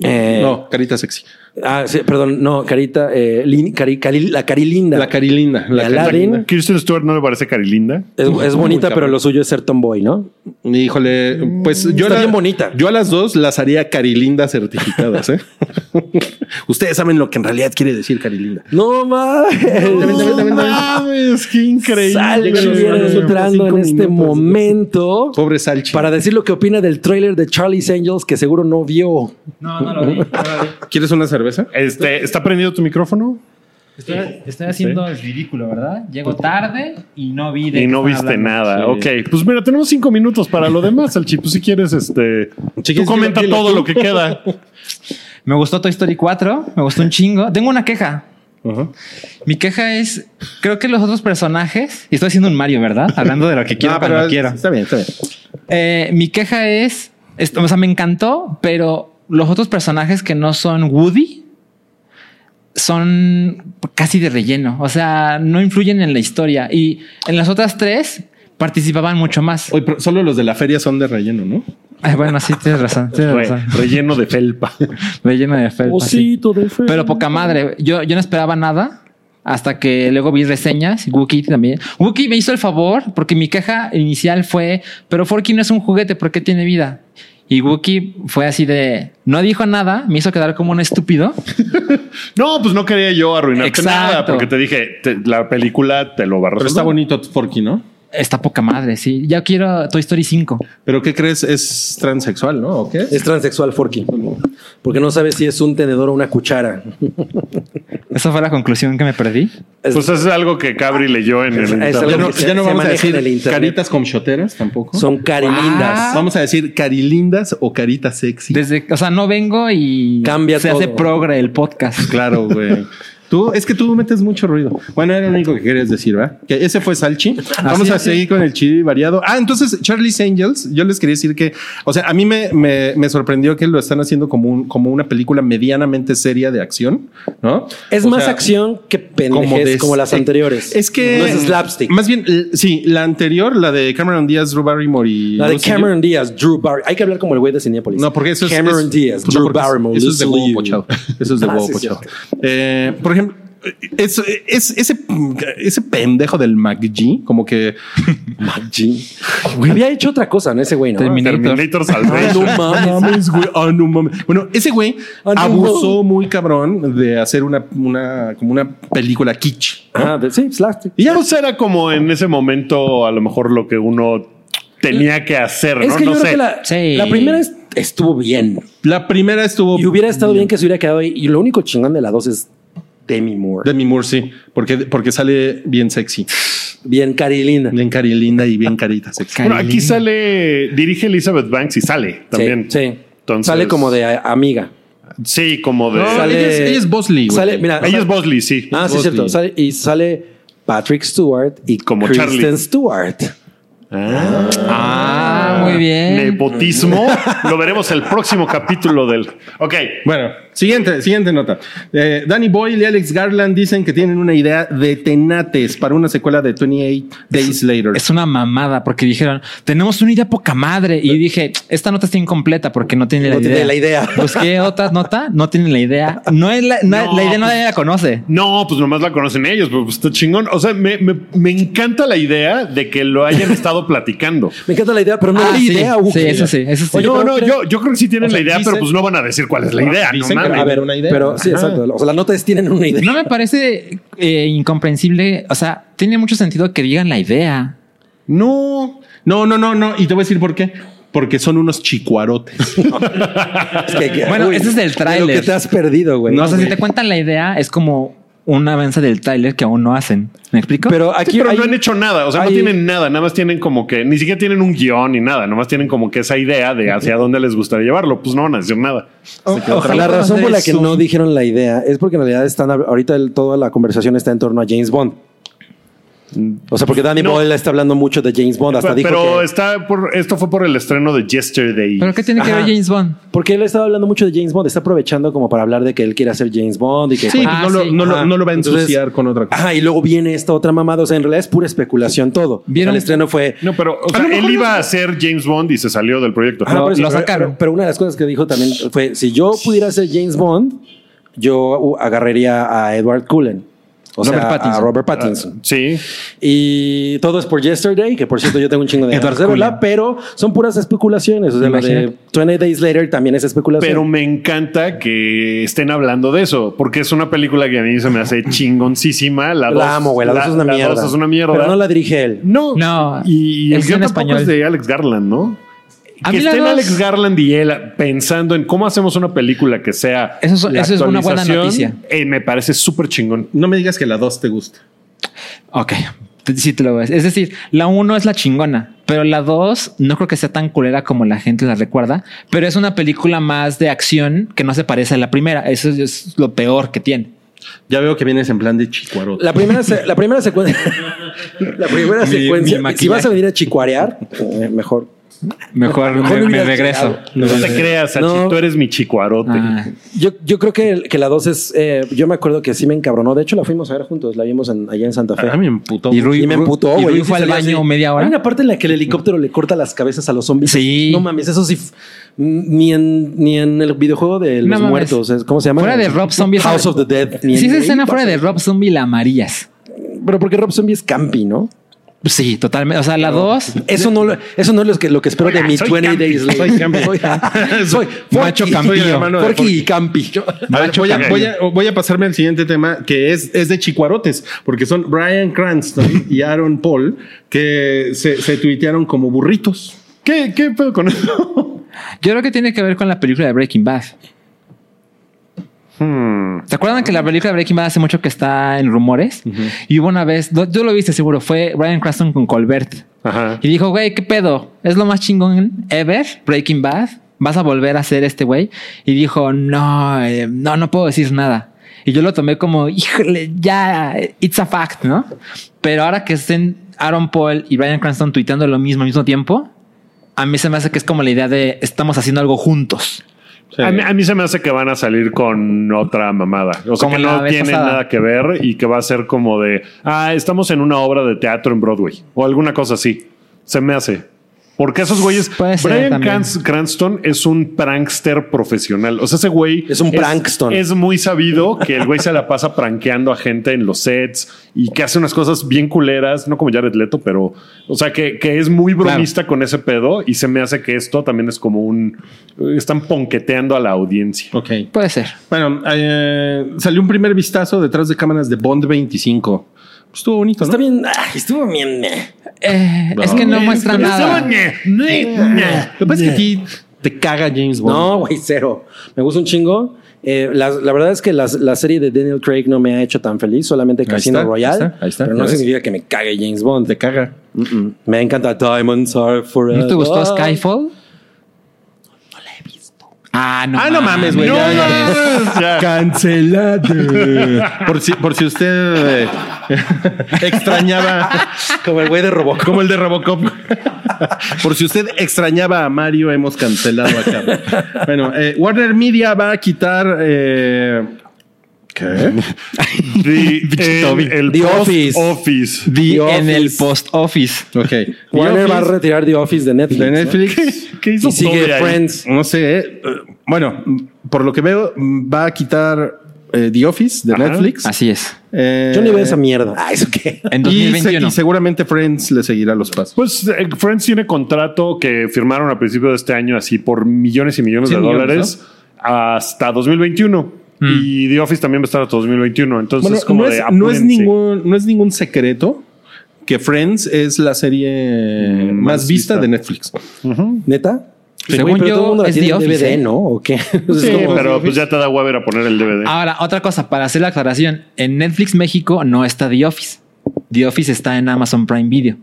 Eh,
No, carita sexy.
Ah, sí, perdón, no, Carita, eh, Lin- Cari- Cari- la Carilinda.
La carilinda. La
Aladdin.
carilinda.
Kirsten Stewart no me parece carilinda.
es, es bonita,
Uy, cabrón.
pero lo suyo es ser tomboy, ¿no?
Híjole, pues yo
Está
la-
bien bonita.
Yo a las dos las haría carilinda certificadas, ¿eh? Ustedes saben lo que en realidad quiere decir carilinda.
No
Vente, vente,
mames.
vente.
mames, qué increíble.
Sal
Llegan los hermanos Lupo,
entrando en
cinco
este
minutos.
momento
Pobre Salchi.
para decir lo que opina del tráiler de Charlie's Angels que seguro no vio.
No, no lo vi. No lo vi.
¿Quieres una cerveza?
Este, ¿Está prendido tu micrófono?
Estoy, estoy haciendo el ridículo, ¿verdad? Llego tarde y no vi de
Y
qué
no
están
viste
hablando.
nada.
Sí.
Ok, pues mira, tenemos cinco minutos para lo demás, Salchi. Pues si quieres, este. tú
quieres,
comenta
dilo, dilo
todo
tú.
lo que queda.
Me gustó Toy Story 4, me gustó un chingo. Tengo una queja. Mi queja es, creo que los otros personajes, y estoy haciendo un Mario, ¿verdad? Hablando de lo que quiero
No,
para
pero
lo que quiero.
Está bien, está bien.
Eh, mi queja es, esto, o sea, me encantó, pero los otros personajes que no son Woody son casi de relleno, o sea, no influyen en la historia. Y en las otras tres participaban mucho más.
Oye, pero solo los de la feria son de relleno, ¿no?
Ay, bueno, sí, tienes razón, tienes
Re-
razón.
relleno de felpa.
Relleno de felpa,
Oh,
sí.
de fe.
Pero poca madre. Yo, yo no esperaba nada hasta que luego vi reseñas. Wookie también. Wookie me hizo el favor porque mi queja inicial fue, pero Forky no es un juguete, ¿por qué tiene vida? Y Wookie fue así de, no dijo nada, me hizo quedar como un estúpido.
No, pues no quería yo arruinarte
Exacto.
nada, porque te dije, te- la película te lo va a resolver.
Pero
Pues,
está bonito Forky, ¿no?
Está poca madre, sí. Ya quiero Toy Story 5.
¿Pero qué crees? ¿Es transexual, no? ¿O qué?
Es transexual Forky. Porque no sabe si es un tenedor o una cuchara.
Esa fue la conclusión que me perdí.
Es-
Pues es algo que Cabri leyó en el
Es- es
internet.
algo
Ya no,
que se-
ya no
se
vamos a
maneja en el
decir
internet.
caritas con shoteras tampoco.
Son carilindas.
Vamos a decir carilindas o caritas sexy.
Desde, o sea, no vengo y
Cambia
se hace
todo.
progre el podcast.
Claro, güey. Tú, es que tú metes mucho ruido. Bueno, era lo único que querías decir, ¿verdad? Que ese fue Salchi. Vamos
Así
a
es.
seguir con el chiri variado. Ah, entonces, Charlie's Angels, yo les quería decir que, o sea, a mí me, me- me sorprendió que lo están haciendo como, un- como una película medianamente seria de acción, ¿no?
Es
O
más
sea,
acción que pendejez como,
de-
las anteriores.
Es que.
No es slapstick.
Más bien, l- sí, la anterior, la de Cameron Díaz, Drew Barrymore y.
la de
Lucy Liu.
Cameron Díaz, Drew Barry. Hay que hablar como el güey de Cinepolis.
No, porque eso es.
Cameron
es-
Díaz,
no,
Drew
porque es-
Barrymore.
Eso es de
Lucy
huevo
Liu.
pochado. Eso es de
Ah,
huevo
sí,
pochado. Eh, por ejemplo, eso- es, ese, ese pendejo del MacG, como que.
McGee. Güey, Había hecho otra cosa, ¿no? Ese güey, ¿no?
Terminé.
Terminator
Ah, no
Salvation.
mames.
mames, güey. Ah, no mames. Bueno, ese güey
Ah, no
abusó muy cabrón de hacer una, una, como una película kitsch.
Ah, de- sí, slapstick.
Y ya no será como en ese momento, a lo mejor lo que uno tenía que hacer, ¿no?
Es que
no
yo creo
sé.
que la,
Sí.
la primera es- estuvo bien.
La primera estuvo.
Y hubiera estado bien que se hubiera quedado ahí. Y lo único chingón de la dos es Demi Moore.
Demi Moore, sí, porque, porque sale bien sexy,
bien carilinda.
bien carilinda y bien carita sexy.
Bueno, aquí sale, dirige Elizabeth Banks y sale también.
Sí. sí.
Entonces-
Sale como de a- amiga.
Sí, como de.
No,
Sale-
ella, es, ella es Bosley, güey.
Sale, mira,
Ella es
sale-
Bosley, sí.
Ah, sí,
Bosley.
es cierto. Sale- y sale Patrick Stewart y
Como
Kristen
Charlie.
Stewart.
Ah, muy bien.
Nepotismo. Lo veremos el próximo capítulo del. Ok.
Bueno, siguiente, siguiente nota. Eh, Danny Boyle y Alex Garland dicen que tienen una idea de tenates para una secuela de 28 Days Later.
Es una mamada porque dijeron, tenemos una idea poca madre. Y dije, esta nota está incompleta porque no tiene la
No
idea. Pues,
tiene la idea.
Busqué otra nota, no tiene la idea. No es la, no-
No,
la idea, nadie la conoce.
No, pues nomás la conocen ellos, pero pues está chingón. O sea, me, me- me encanta la idea de que lo hayan estado platicando.
Me encanta la idea, pero no
Ah,
hay
sí,
idea.
sí,
Uki.
eso sí, eso sí.
Oye,
no,
pero
no,
creo-
yo, yo creo que sí tienen
O sea,
la idea,
dicen-
pero pues no van a decir cuál es la Ah, idea.
Dicen
no
que-
mames.
A ver,
una idea.
Pero sí,
Ajá.
exacto. O sea, las notas tienen una idea.
No me parece eh, incomprensible. O sea, tiene mucho sentido que digan la idea.
No, no, no, no, no. Y te voy a decir por qué. Porque son unos chicuarotes.
Es que- que-
Bueno, ese es el
de
tráiler.
Lo que te has perdido, güey.
o sea, si te cuentan la idea, es como una avanza del tráiler que aún no hacen. ¿Me explico?
Pero aquí
Sí, pero
hay-
no han hecho nada, o sea, no
hay-
tienen nada, nada más tienen como que, ni siquiera tienen un guión ni nada, nomás tienen como que esa idea de hacia dónde les gustaría llevarlo, pues no van a decir nada.
La razón por la que no dijeron la idea es porque en realidad están ahorita el- toda la conversación está en torno a James Bond. O sea, porque Danny
No.
Boyle está hablando mucho de James Bond. Hasta dijo
pero
que...
está por, esto fue por el estreno de Yesterday.
¿Pero qué tiene que
Ajá.
ver James Bond?
Porque él estaba hablando mucho de James Bond. Está aprovechando como para hablar de que él quiere hacer James Bond y que...
Sí,
Ah,
no,
sí.
Lo, no,
Ajá.
lo, no lo va a ensuciar
Entonces-
con otra cosa.
Ajá, y luego viene esta otra mamada. O sea, en realidad es pura especulación todo.
¿Vieron?
O sea, el estreno fue...
No, pero o
A
sea,
lo mejor
él
no
iba
es-
a ser James Bond y se salió del proyecto.
Ajá,
Lo-
Ah, por eso,
lo
pero-
sacaron.
Pero, pero una de las cosas que dijo también fue, si yo pudiera ser James Bond, yo uh, agarraría a Edward Cullen. O
Robert
sea,
Pattinson.
a Robert Pattinson.
ah, Sí.
Y todo es por Yesterday, que por cierto yo tengo un chingo de
Edward
ganas de verla,
Cullen.
pero son puras especulaciones. O sea, lo de
Imagínate.
20 Days Later también es especulación.
Pero me encanta que estén hablando de eso, porque es una película que a mí se me hace chingoncísima. La,
la
dos-
amo, güey. La, dos es una
la
mierda.
dos es una mierda.
Pero no la dirige él.
No.
No,
Y, y el
es en
guión tampoco
español.
es de Alex Garland, ¿no?
A
que
mí la
estén
dos-
Alex Garland y él pensando en cómo hacemos una película que sea.
Eso es-
la
eso es una buena
actualización,
noticia.
eh, me parece súper chingón.
No me digas que la 2 te gusta.
Ok, te- sí te lo ves. Es decir, la 1 es la chingona, pero la 2 no creo que sea tan culera como la gente la recuerda, pero es una película más de acción que no se parece a la primera. Eso es- es lo peor que tiene.
Ya veo que vienes en plan de chicuarote.
La primera, se- la primera secuencia. la primera
Mi-
secuencia.
mi
si vas a venir a chicuarear, eh, mejor. Mejor
Mejor, me,
no
me
hubieras
regreso.
llegado.
No, te creas, Sachi,
No.
tú eres mi chicuarote.
Ah,
Yo, yo creo que, el- que la 2 es. eh, yo me acuerdo que sí me encabronó. De hecho, la fuimos a ver juntos. La vimos en- allá en Santa Fe.
A mí me emputó.
Y Rui,
Y me
Rui-
emputó,
y
güey.
Rui
Yo sí
fue al
salí así.
baño media
Hay
hora.
una parte en la que el helicóptero le corta las cabezas a los zombies.
Sí.
No mames, eso sí. f- Ni en, ni en el videojuego de los
No mames.
muertos. es- ¿Cómo se llama?
Fuera de Rob Zombie.
House of the Dead. Ni
Si
en-
esa escena fuera de Rob Zombie, la amarillas.
Pero porque Rob Zombie es campi, ¿no?
Sí, totalmente. O sea, la 2.
Eso no, lo- eso no es lo que, lo que espero de mi 20 Days Later. Soy campi. Soy,
Macho
Forky-
campillo.
soy hermano de
Forky
Forky y campi.
A ver,
Macho
voy, a,
cabello.
voy, a, voy a pasarme al siguiente tema que es, es de chicuarotes, porque son Brian Cranston y Aaron Paul que se, se tuitearon como burritos.
¿Qué, ¿Qué pedo con eso?
Yo creo que tiene que ver con la película de Breaking Bad.
Hmm,
¿Se acuerdan que la película de Breaking Bad hace mucho que está en rumores? Y hubo una vez, no, tú lo viste seguro, fue Brian Cranston con Colbert.
Ajá.
Y dijo, güey, ¿qué pedo? ¿Es lo más chingón ever? Breaking Bad. ¿Vas a volver a ser este güey? Y dijo, no, eh, no, no puedo decir nada. Y yo lo tomé como, híjole, ya, it's a fact, ¿no? Pero ahora que estén Aaron Paul y Brian Cranston tuiteando lo mismo al mismo tiempo, a mí se me hace que es como la idea de estamos haciendo algo juntos.
A, mí, a mí se me hace que van a salir con otra mamada. O sea,
Como
que
la
no
vez
tiene
pasada.
nada que ver y que va a ser como de, ah, estamos en una obra de teatro en Broadway o alguna cosa así. Se me hace. Porque esos güeyes.
Puede ser
Brian
también.
Crans- Cranston es un prankster profesional. O sea, ese güey.
Es un prankston.
Es muy sabido que el güey se la pasa prankeando a gente en los sets y que hace unas cosas bien culeras, no como Jared Leto, pero. O sea, que, que es muy bromista con ese pedo y se me hace que esto también es como un. Están ponqueteando a la audiencia.
Ok.
Puede ser.
Bueno, eh, salió un primer vistazo detrás de cámaras de Bond 25. Estuvo bonito, ¿no?
Está bien. ay, estuvo bien. meh.
Eh, Es que no muestra nada.
Lo que pasa es que a ti te caga James Bond.
No, güey, cero. Me gusta un chingo. Eh, la, la verdad es que las- la, serie de Daniel Craig no me ha hecho tan feliz, solamente Casino
está,
Royale.
ahí está, ahí está,
pero
ya
no
ves.
significa que me cague James Bond.
Te caga.
Mm-mm. Me encanta Diamonds Are Forever.
¿No te gustó Skyfall? No la he visto. Ah, no.
Ah, no mames, güey.
No,
ya, ya.
no, no, no, ya.
Cancelado. Por si, por si usted eh, extrañaba.
Como el güey de Robocop.
Como el de Robocop. Por si usted extrañaba a Mario, hemos cancelado a Carlos. Bueno, eh, Warner Media va a quitar. eh, ¿Qué?
The, el, el
The
post
Office.
office.
Vi
The
en el
Office.
post office.
Ok.
Warner
The
va a
Office
retirar The Office de Netflix.
de Netflix.
¿Qué
¿no?
hizo
Y sigue
Toby ahí?
Friends.
No sé. eh, Bueno, por lo que veo, va a quitar eh, The Office de
Ajá.
Netflix.
Así es.
Eh,
Yo ni veo esa mierda. Ah, ¿eso qué?
En
y, se-
2021.
y seguramente Friends le seguirá los pasos.
Pues eh, Friends tiene contrato que firmaron a principio de este año así por millones y millones de
Cien millones,
dólares hasta 2021. Y The Office también va a estar hasta 2021. Entonces
Bueno,
es como
no,
de
es, no es
apúrense.
ningún, no es ningún secreto que Friends es la serie
Mm,
más
más
vista
vista.
de Netflix.
¿Neta?
Según
Güey, pero
yo,
todo el mundo la
es
tiene
The
en
Office,
DVD,
¿eh?
¿no? ¿O qué? Entonces,
Sí,
es como-
pero pues ya te da hueva ir a poner el DVD.
Ahora, otra cosa, para hacer la aclaración, en Netflix México no está The Office. The Office está en Amazon Prime Video.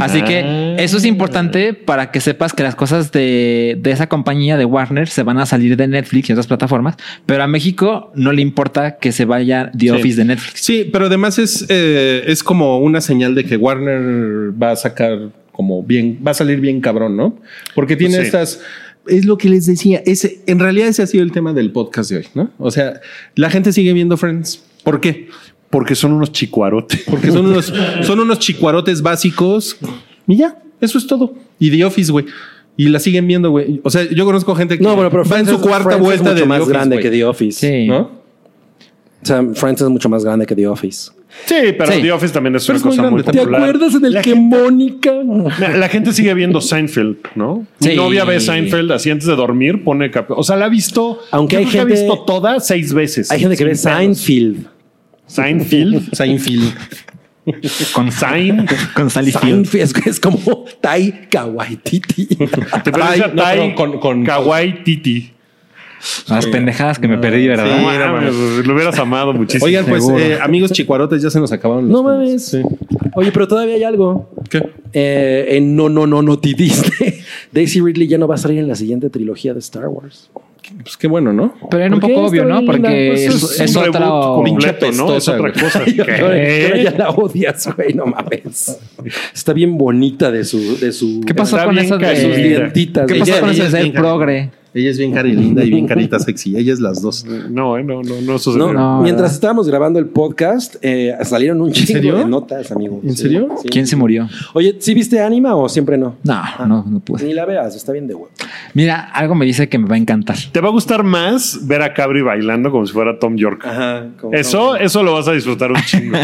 Así que eso es importante para que sepas que las cosas de, de esa compañía de Warner se van a salir de Netflix y otras plataformas, pero a México no le importa que se vaya The Office de Netflix.
Sí, pero además es, eh, es como una señal de que Warner va a sacar como bien, va a salir bien cabrón, ¿no? Porque tiene
Sí.
estas. Es lo que les decía. Ese, en realidad, ese ha sido el tema del podcast de hoy, ¿no? O sea, la gente sigue viendo Friends. ¿Por qué?
Porque son unos chicuarotes.
Porque son unos, son unos chicuarotes básicos. Y ya, eso es todo. Y The Office, güey. Y la siguen viendo, güey. O sea, yo conozco gente que
No, bueno, pero
va en
Friends
su
es-
cuarta
Friends es
vuelta
mucho
de
más
The Office,
grande
güey.
que The Office.
Sí.
¿No?
O sea, Friends es mucho más grande que The Office.
Sí, pero
Sí.
The Office también es una
Pero es muy
cosa muy
grande también.
popular.
en el que Mónica?
Mira, La gente sigue viendo Seinfeld, ¿no? Mi
Sí.
novia ve Seinfeld así antes de dormir, pone cap- O sea, la ha visto.
Aunque
yo
hay
creo que
gente-
ha visto toda seis veces.
Hay gente que ve
Sin pedos.
Seinfeld.
Seinfeld.
Seinfeld.
Con Sein.
Con Sally Field.
Seinfeld es, es como Tai Kawaititi.
Te parece a
no,
Tai
pero con- con-
Kawaii Titi.
Las pendejadas que me perdí, ¿verdad?
No mames, lo hubieras amado muchísimo.
Oigan, pues,
Seguro.
eh, amigos chicuarotes, ya se nos acabaron los
No
temas.
mames.
Sí.
Oye, pero todavía hay algo.
¿Qué?
Eh, en No, No, No, No Te Diste. Daisy Ridley ya no va a salir en la siguiente trilogía de Star Wars.
Pues qué bueno, ¿no?
Pero era un
¿Por qué
poco obvio,
estaba
¿no?
bien
Porque
linda?
es,
Pues
es
un
otra.
reboot completo, ¿no? Es
Pinche
otra cosa. Eh,
Y ahora, y ahora ya
¿Qué?
la odias, güey, no mames. Está bien bonita de su. De su
¿Qué pasó
Está
con
bien
eso de
caída.
Sus dientitas.
¿Qué
güey.
pasó
Ella-
con eso
ella
de
es
ser
bien-
progre?
Ella es bien cari linda y bien carita sexy. Ella es las dos.
No, eh, no, no, no eso
No,
se-
No,
mientras
¿verdad?
estábamos grabando el podcast, eh, salieron un chingo
serio?
de notas, amigo.
¿En
Sí,
serio?
sí.
¿Quién se murió?
Oye, ¿sí viste Anima o siempre no?
No, no, no pude.
Ni la veas, está bien de huevo.
Mira, algo me dice que me va a encantar.
Te va a gustar más ver a Cabri bailando como si fuera Tom York.
Ajá. como-
Eso, eso lo vas a disfrutar un chingo.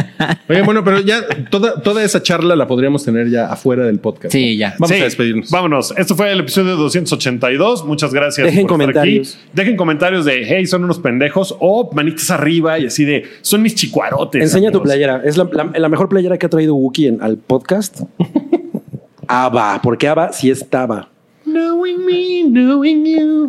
Oye, Eh, bueno, pero ya toda, toda esa charla la podríamos tener ya afuera del podcast.
Sí, ya.
Vamos
Sí,
a despedirnos.
Vámonos. Esto fue el episodio 282. Muchas gracias.
Dejen
estar aquí.
comentarios.
Dejen comentarios de hey, son unos pendejos o manitas arriba y así de son mis chicuarotes.
Enseña tu
amigos".
playera. Es la, la- la mejor playera que ha traído Wookie en- al podcast. Ava, porque Ava sí estaba.
Knowing me, knowing you.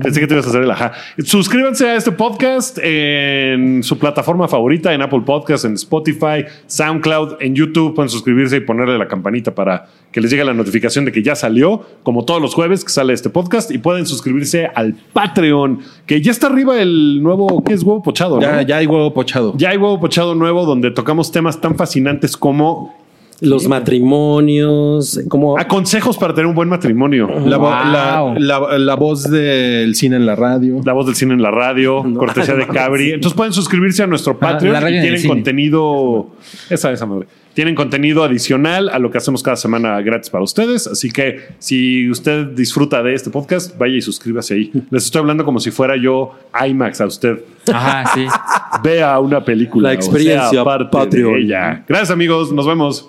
Pensé que te ibas a hacer el ajá. Suscríbanse a este podcast en su plataforma favorita, en Apple Podcast, en Spotify, SoundCloud, en YouTube. Pueden suscribirse y ponerle la campanita para que les llegue la notificación de que ya salió, como todos los jueves que sale este podcast. Y pueden suscribirse al Patreon, que ya está arriba el nuevo, ¿qué es huevo pochado? ¿no?
Ya, ya hay huevo pochado.
Ya hay huevo pochado nuevo donde tocamos temas tan fascinantes como
Los matrimonios, como
Oh.
a consejos para tener un buen matrimonio.
La, vo-
Wow.
la- la- la voz del cine en la radio.
La voz del cine en la radio, cortesía de Cabri. Entonces pueden suscribirse a nuestro
Ah,
Patreon
la radio
y
en el
tienen
cine.
contenido. Esa, esa madre. Tienen contenido adicional a lo que hacemos cada semana gratis para ustedes. Así que si usted disfruta de este podcast, vaya y suscríbase ahí. Les estoy hablando como si fuera yo IMAX a usted.
Ajá, sí.
Vea una película.
La
o
experiencia
sea parte
Patreon.
de ella. Gracias, amigos. Nos vemos.